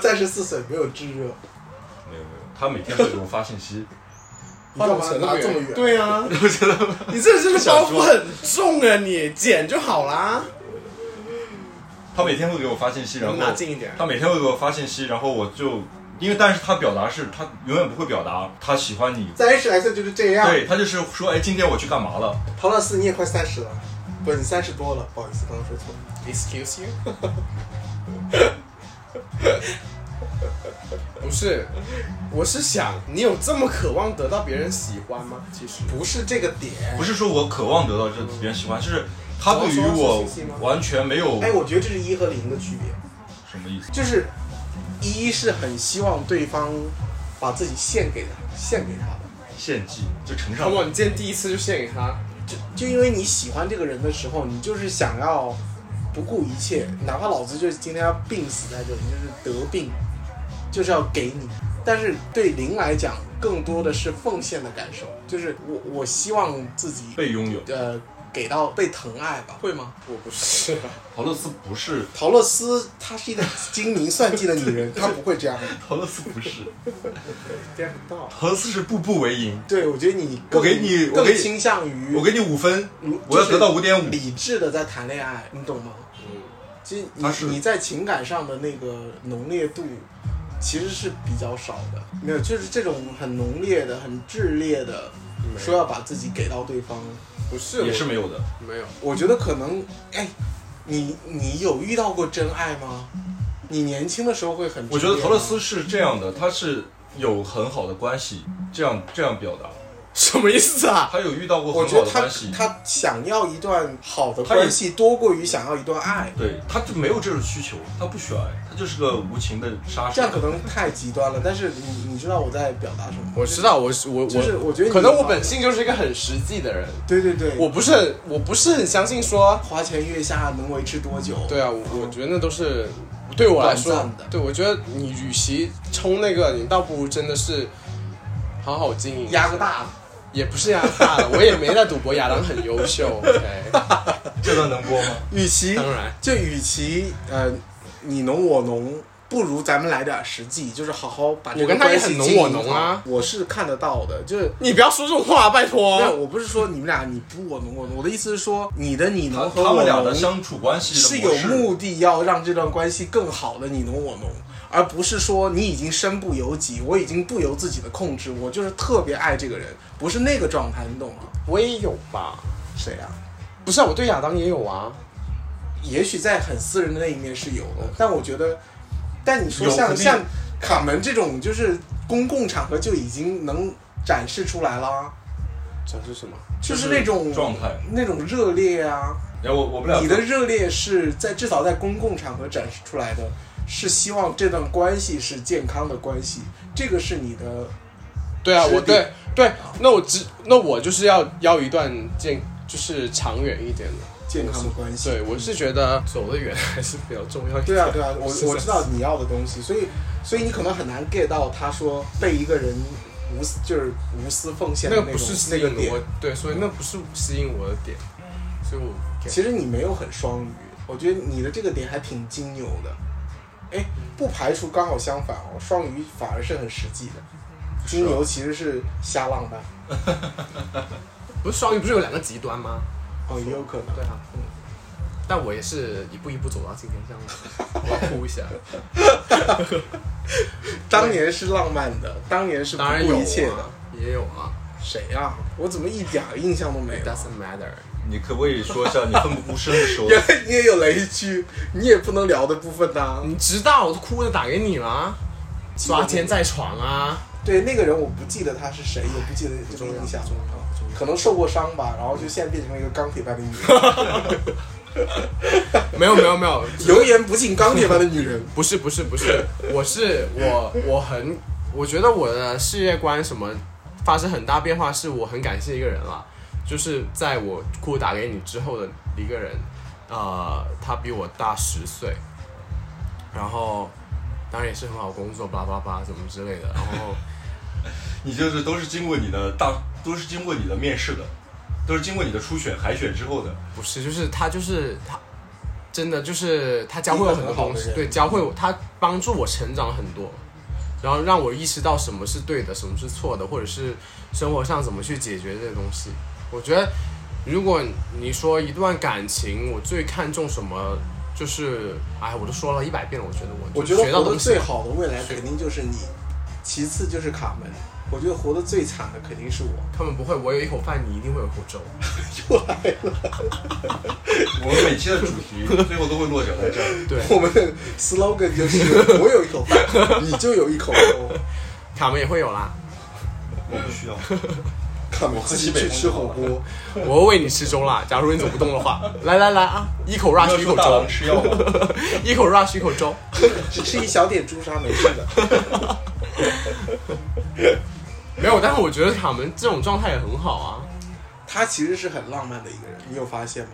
S3: 三十四岁没有炙热，
S2: 没有没有，他每天会给我发信 息，
S3: 你干嘛拿这么远？
S1: 对啊，我觉得你这这个包袱很重啊，你剪就好啦。
S2: 他每天会给我发信息，然后
S1: 拿近一点
S2: 他每天会给我发信息，然后我就因为但是他表达是他永远不会表达他喜欢你，
S3: 三十来岁就是这样。
S2: 对他就是说哎今天我去干嘛了，
S3: 陶乐斯，你也快三十了，不，你三十多了，不好意思，刚刚说错了。
S1: Excuse you？不是，我是想，你有这么渴望得到别人喜欢吗？其实
S3: 不是这个点。
S2: 不是说我渴望得到这别人喜欢，就是他对于
S3: 主要是
S2: 我
S3: 信息吗
S2: 完全没有
S3: 哎，我觉得这是一和零的区别，
S2: 什么意思。
S3: 就是一是很希望对方把自己献给他，献给他的。
S2: 献祭就呈上
S1: ，Come on，你今天第一次就献给他，
S3: 就就因为你喜欢这个人的时候，你就是想要不顾一切，哪怕老子就是今天要病死在这里，就是得病，就是要给你。但是对零来讲，更多的是奉献的感受，就是我我希望自己
S2: 被拥有，
S3: 呃
S5: 给到被疼爱吧？
S1: 会吗？我不是，
S2: 陶乐斯不是，
S3: 陶乐斯她是一个精明算计的女人，她不会这样的。
S2: 陶乐斯不是，
S5: 见不到。
S2: 陶乐斯是步步为营。
S3: 对，我觉得你
S2: 我
S3: 更
S2: 给你，我
S5: 更
S2: 给你，
S5: 倾向于
S2: 我给你五分
S3: 如，
S2: 我要得到五点五。
S3: 理智的在谈恋爱，你懂吗？
S1: 嗯，
S3: 其实
S2: 他是
S3: 你你在情感上的那个浓烈度，其实是比较少的。没有，就是这种很浓烈的、很炽烈的，说要把自己给到对方，
S1: 不是，
S2: 也是没有的，
S1: 我没有，
S3: 我觉得可能，哎，你你有遇到过真爱吗？你年轻的时候会很
S2: 我觉得陶乐
S3: 炽
S2: 斯
S3: 烈
S2: 是这样的，他是有很好的关系，这样这样表达，
S1: 什么意思啊？
S2: 他有遇到过
S3: 吗，我
S2: 很
S3: 觉
S2: 好
S3: 得
S2: 的
S3: 他
S2: 关系，
S3: 他想要一段好的
S2: 他也
S3: 关系，多过于想要一段爱，
S2: 对，他就没有这种需求，他不需要爱，他就是个无情的杀手
S3: 这样。可能太极端了。但是你你知道我在表达什么吗？
S1: 我知道，我是我
S3: 就是
S1: 我，
S3: 我觉得你
S6: 可能我本性就是一个很实际的人，
S3: 对对对，
S1: 我不是很我不是很相信说，
S3: 花前月下能维持多久？
S1: 对啊，我我觉得那都是对我来说
S3: 短暂的，
S1: 对我觉得你与其冲那个，你倒不如真的是好好经营，
S3: 压个大的，
S1: 也不是压大了，我也没在赌博，亚当很优秀，OK，
S2: 这段能播吗？
S3: 与其
S1: 当然
S3: 就与其呃你侬我侬，不如咱们来点实际，就是好好把这
S1: 我
S3: 个
S1: 跟他
S3: 关
S1: 也
S3: 系
S1: 很侬
S3: 经营
S1: 我侬啊
S3: 好我是看得到的，就是。
S1: 你不要说这种话，拜
S3: 没有，
S1: 托。
S3: 我不是说你们俩你不我侬我侬，我的意思是说你的你
S2: 他
S3: 侬和
S2: 他
S3: 我
S2: 们俩的
S3: 侬
S2: 相处关系
S3: 是
S2: 的
S3: 有
S2: 模式
S3: 目的要让这段关系更好的你侬我侬，而不是说你已经身不由己，我已经不由自己的控制，我就是特别爱这个人，不是那个状态，你懂吗？
S1: 我也有吧，
S3: 谁啊？
S1: 不是啊，我对亚当也有啊，
S3: 也许在很私人的那一面是有的，但我觉得，但你
S2: 嗯
S3: 说
S2: 有
S3: 像
S2: 肯定
S3: 像卡门这种，就是公共场合就已经能展示出来啦，
S1: 这是什么？
S3: 就是
S2: 就是
S3: 那种
S2: 状态
S3: 那种热烈啊。
S2: 然后我我们俩
S3: 你的热烈是在至少在公共场合展示出来的，是希望这段关系是健康的关系，这个是你的。
S1: 对啊，
S3: 是
S1: 我
S3: 的
S1: 对对，那我只那我就是要要一段健，就是长远一点的。
S3: 健康的关系，
S1: 对，我是觉得走得远还是比较重要一点。
S3: 对啊，对啊，我
S1: 是
S3: 我知道你要的东西，所以所以你可能很难 get 到他说被一个人无私就是无私奉献的
S1: 那个不
S3: 种
S1: 是吸
S3: 那
S1: 引
S3: 个点
S1: 我，，对，所以那不是吸引我的点，所以我
S3: 其实你没有很双鱼，我觉得你的这个点还挺金牛的，哎，
S1: 嗯
S3: 不排除刚好相反哦，双鱼反而是很实际的，
S1: 啊
S3: 金牛其实是瞎浪漫，
S1: 不是双鱼不是有两个极端吗？
S3: 哦，也有可能。
S1: 对啊，嗯，但我也是一步一步走到今天这样 的，我要哭一下。
S3: 当年是浪漫的，当年是不
S1: 当然有
S3: 顾
S1: 啊
S3: 一切的。，
S1: 也有啊
S3: 谁呀、啊？我怎么一点儿印象都没
S1: ，It
S3: 有？
S1: doesn't matter。
S2: 你可不可以说一下你奋不顾身的 时候？
S3: 原来你也有雷区，你也不能聊的部分呐、
S1: 你知道我哭着打给你啊啦，抓奸在床啊，
S3: 对，那个人我不记得他是谁，也不记得这个印象，啊可能受过伤吧，然后就现在变成了一个钢铁般的女人，
S1: 没有没有没有，
S3: 油盐不进钢铁般的女人。
S1: 不是不是不是，我是我我很，我觉得我的世界观什么发生很大变化，是我很感谢一个人啦，就是在我哭打给你之后的一个人，呃，他比我大十岁，然后当然也是很好工作，叭叭叭怎么之类的，然后
S2: 你就是都是经过你的大，都是经过你的面试的，都是经过你的初选、海选之后的。
S1: 不是就是他就是他。真的就是他教会我很多东
S3: 一个很好的
S1: 西，
S3: 人
S1: 对，教会我，他帮助我成长很多，然后让我意识到什么是对的，什么是错的，或者是生活上怎么去解决这些东西。我觉得，如果你说一段感情，我最看重什么，就是，哎，我都说了一百遍了，我觉得我
S3: 我
S1: 就
S3: 觉得
S1: 学到
S3: 活
S1: 东
S3: 得
S1: 西
S3: 最，好的未来肯定就是你，其次就是卡门。我觉得活得最惨的肯 定是我。
S1: 他们不会，我有一口饭，你一定会有一口粥。
S2: 我们每期的主题最后都会落脚在这儿。
S1: 对，
S3: 我们的 slogan 就是我有一口饭，你就有一口粥。
S1: 卡门也会有啦，
S2: 我不需要，
S3: 卡门自己去吃火锅，
S1: 我会喂你吃粥啦。假如你走不动的话，来来来啊，一口
S2: 你
S1: rush
S2: 要
S1: 一
S2: 说
S1: 口
S2: 大
S1: 粥
S2: 郎，吃药吗？
S1: 一口 rush 一口粥。
S3: 只 吃一小点朱砂没事的。
S1: 没有，但是我觉得卡门这种状态也很好啊。
S3: 他其实是很浪漫的一个人，你有发现吗？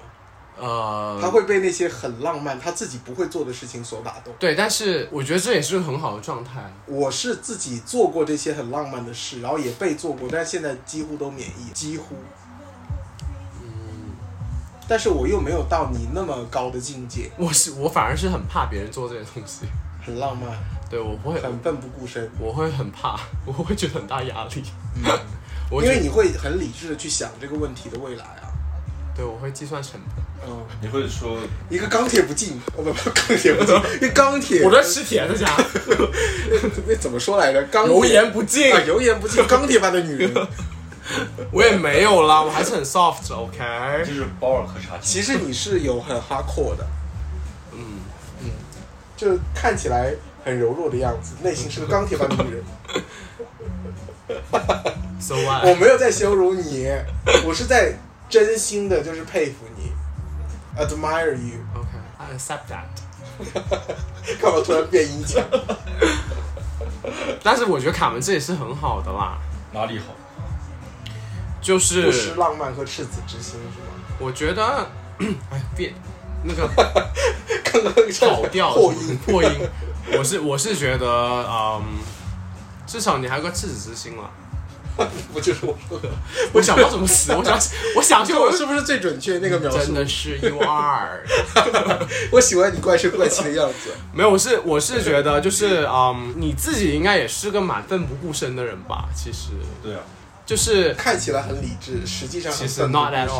S1: 呃，
S3: 他会被那些很浪漫他自己不会做的事情所打动。
S1: 对，但是我觉得这也是很好的状态。
S3: 我是自己做过这些很浪漫的事，
S1: 嗯
S3: 然后也被做过，但现在几乎都免疫，几乎。但是我又没有到你那么高的境界，
S1: 我是我反而是很怕别人做这些东西，
S3: 很浪 漫，
S1: 对我不会，
S3: 很奋不顾身，
S1: 我会很怕，我会觉得很大压力。我
S3: 因
S1: 觉
S3: 为
S1: 得
S3: 你会很理智的去想这个问题的未来啊。
S1: 对我会计算成本。
S3: 嗯，
S2: 你会说
S3: 一个钢铁不进，哦不不，钢铁不 进，一个钢铁，
S1: 我在吃铁在家，
S3: 那怎么说来着？钢铁
S1: 油盐不进
S3: 啊，，油盐不进， 钢铁般嗯的女人。
S1: 我也没有啦，我还是很 soft，OK、
S2: 就是保尔柯察金，
S3: 其实你是有很 hardcore 的，
S1: 嗯，
S3: 就看起来很柔弱的样子，内心是个钢铁般的 女人。
S1: So
S3: 我
S1: what？
S3: 没有在羞辱你，我是在真心的，就是佩服你，admire you。
S1: OK, I accept that.
S3: 干嘛突然变音腔？
S1: 但是我觉得卡门这也是很好的啦，
S2: 哪里好？
S1: 就
S3: 不
S1: 是
S3: 失浪漫和赤子之心是吗？
S1: 我觉得， 哎变那个
S3: 刚刚
S1: 跑调
S3: 破音，
S1: 破音。我是我是觉得，嗯，至少你还有个赤子之心了。
S3: 不就是我说的？
S1: 我想到什么词？我想我想就
S3: 我是不是最准确那个描
S1: 真
S3: 述？
S1: 的是 you are。
S3: 我喜欢你怪声怪气的样子。
S1: 没有，我是我是觉得就是嗯，你自己应该也是个蛮奋不顾身的人吧？其实
S2: 对啊，
S1: 就是
S3: 看起来很理智，实际上
S1: 其
S3: 很
S1: 实
S3: 奋不
S1: not at
S3: 顾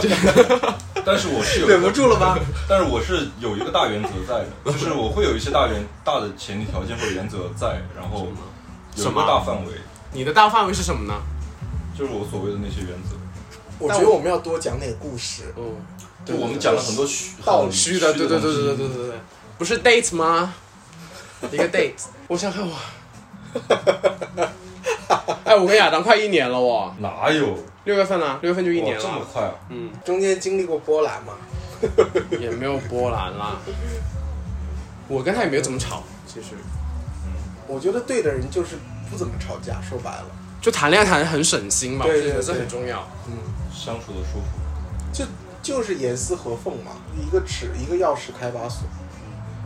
S3: 身
S1: all。
S2: 但是我是有一个
S3: 忍不住了吧？
S2: 但是我是有一个大原则在的，就是我会有一些大原大的前提条件或者原则在，然后有
S1: 什
S2: 一
S1: 么
S2: 个大范围，
S1: 你的大范围是什么呢？
S2: 就是我所谓的那些原则。
S3: 我觉得我们要多讲点故事。
S1: 哦，
S2: 就我们讲了很多虚
S3: 道理
S1: 虚的，对对对对对
S2: 对。
S1: 对对对，不是 date 吗？一个 date，我想看我。 哎，我跟亚当快一年了哦，
S2: 哪有？
S1: 六月份啊，六月份就一年
S2: 哇这么
S1: 了，
S2: 快啊！
S1: 嗯，
S3: 中间经历过波澜嘛？
S1: 也没有波澜啦。我跟他也没有怎么吵，其实
S3: 我觉得对的人就是不怎么吵架，说白了，
S1: 就谈恋爱谈得很省心嘛，
S3: 对
S1: 我觉得
S3: 对
S1: 这
S3: 对
S1: 很重要。
S2: 相处的舒服，
S3: 就就是严丝合缝嘛，一个尺，一个钥匙开把锁。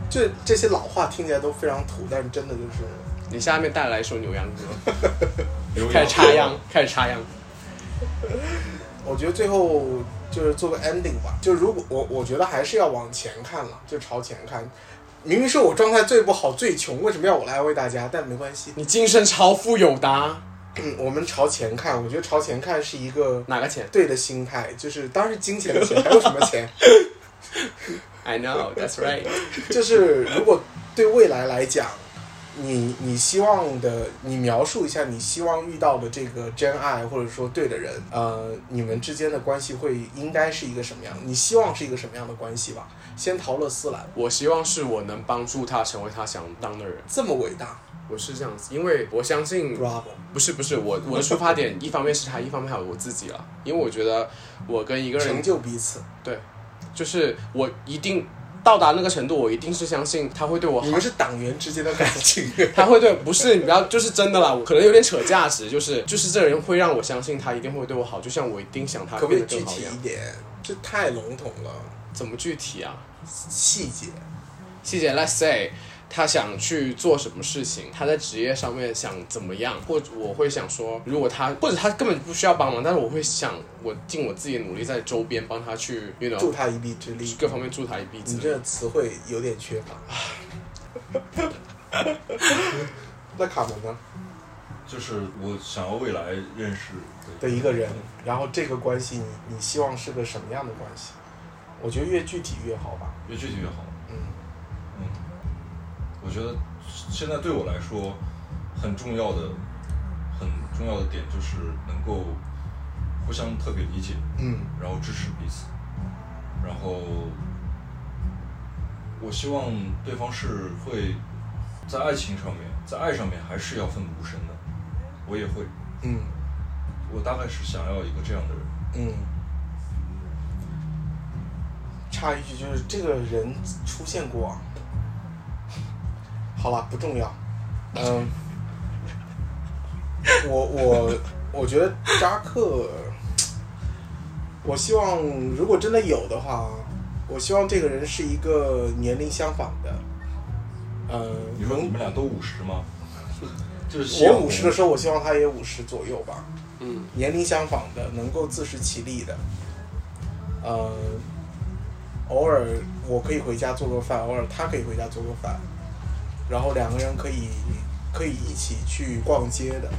S3: 就这些老话听起来都非常土，但是真的就是
S1: 你下面带来一首牛羊歌，
S2: 留
S1: 开
S2: 言
S1: 始插秧，开始插秧。
S3: 我觉得最后就是做个 ending 吧。就如果我我觉得还是要往前看了，就朝前看。明明是我状态最不好、最穷，为什么要我来安慰大家？但没关系，
S1: 你今生超富有的，啊
S3: 嗯，我们朝前看。我觉得朝前看是一个
S1: 哪个钱
S3: 对的心态，就是当然是金钱的钱，还有什么钱？
S1: ？I know, that's right。
S3: 就是如果对未来来讲，你你希望的，你描述一下你希望遇到的这个真爱，或者说对的人，呃，你们之间的关系会应该是一个什么样？你希望是一个什么样的关系吧？先陶乐斯来，
S1: 我希望是我能帮助他成为他想当的人，
S3: 这么伟大
S1: 我是这样子，因为我相信，
S3: ，bravo！
S1: 不是不是我我的出发点，一方面是他，一方面还有我自己了，因为我觉得我跟一个
S3: 成
S1: 人，
S3: 就彼此，
S1: 就是我一定到达那个程度，我一定是相信他会对我好
S3: 你，们是党员之间的感 情，
S1: 他会对，不是你不要，就是真的啦，我可能有点扯价值，就是就是这个人会让我相信他一定会对我好，就像我一定想他
S3: 可不可
S1: 变
S3: 以
S1: 得
S3: 具
S1: 更好一
S3: 体
S1: 样
S3: 一。点？这太笼统了，
S1: 怎么具体啊？
S3: 细节。
S1: 细节，let's say。他想去做什么事情，他在职业上面想怎么样，或者我会想说，如果他或者他根本不需要帮忙，但是我会想，我尽我自己的努力在周边帮他去，you know，
S3: 助他一臂之力，
S1: 各方面助他一臂之
S3: 你
S1: 力。
S3: 这词汇有点缺乏。 那卡门呢？
S2: 就是我想要未来认识
S3: 的一个人，然后这个关系你你希望是个什么样的关系？我觉得越具体越好吧。
S2: 越具体越好。
S3: 嗯，
S2: 嗯，我觉得现在对我来说很重要的、很重要的点就是能够互相特别理解，
S3: 嗯，
S2: 然后支持彼此，然后我希望对方是会在爱情上面，在爱上面还是要奋不顾身的。我也会，
S3: 嗯
S2: 我大概是想要一个这样的人。
S3: 嗯。插一句，就是这个人出现过啊。好了，不 重要。嗯，我我我觉得扎克，我希望如果真的有的话，我希望这个人是一个年龄相仿的，呃，
S2: 你说
S3: 能
S2: 你们俩都五十吗？就是
S3: 我五十的时候，我希望他也五十左右吧，
S1: 嗯，
S3: 年龄相仿的，能够自食其力的，呃，偶尔我可以回家做个饭，偶尔他可以回家做个饭，然后两个人可以可以一起去逛街的，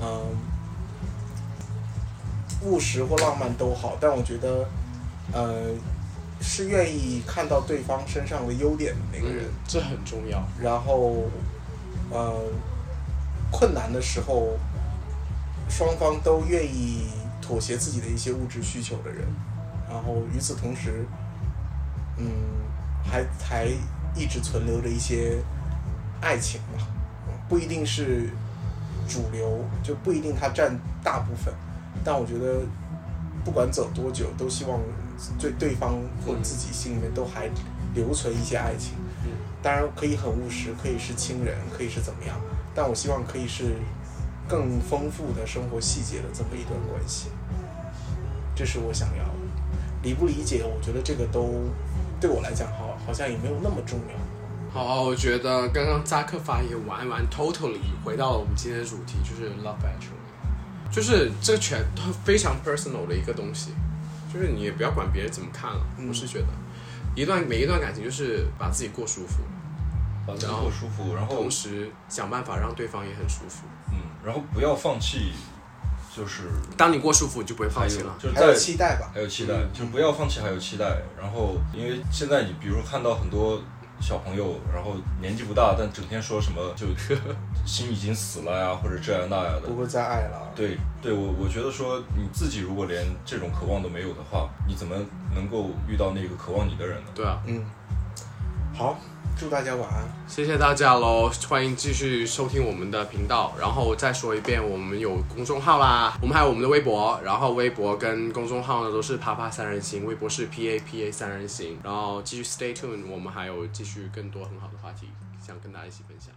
S3: 嗯、务实或浪漫都好，但我觉得，呃，是愿意看到对方身上的优点的那个人。
S1: 这很重要。
S3: 然后，呃，困难的时候，双方都愿意妥协自己的一些物质需求的人，然后与此同时，嗯，还还一直存留着一些爱情吧，嗯不一定是主流，就不一定它占大部分，但我觉得不管走多久，都希望对对方或自己心里面都还留存一些爱情。
S1: 嗯
S3: 当然可以很务实，可以是亲人，可以是怎么样，但我希望可以是更丰富的生活细节的这么一段关系，这是我想要的。理不理解，我觉得这个都对我来讲好，好像也没有那么重要。
S1: 好，我觉得刚刚扎克发言完完，totally 回到了我们今天的主题，就是 love actually，就是这全都非常 personal 的一个东西，就是你也不要管别人怎么看了。
S3: 嗯
S1: 我是觉得，一段每一段感情就是把自己过舒服，
S2: 把自己过舒服，
S3: 哦
S2: 然后
S1: 同时想办法让对方也很舒服。
S2: 嗯，然后不要放弃，就是
S1: 当你过舒服，你就不会放弃了。
S2: 就是
S3: 还有
S2: 在
S3: 期待吧，
S2: 还有期待，嗯就不要放弃，还有期待。然后，因为现在你比如看到很多小朋友，然后年纪不大，但整天说什么就心已经死了呀，或者这样那样的
S3: 不。会再爱了。啊
S2: 对对，我我觉得说你自己如果连这种渴望都没有的话，你怎么能够遇到那个渴望你的人呢？
S1: 对啊，
S3: 嗯，好，祝大家晚安。
S1: 谢谢大家喽，欢迎继续收听我们的频道。然后再说一遍，我们有公众号啦，我们还有我们的微博，然后微博跟公众号呢都是啪啪三人行，微博是 P A P A 三人行。然后继续 stay tuned，我们还有继续更多很好的话题想跟大家一起分享。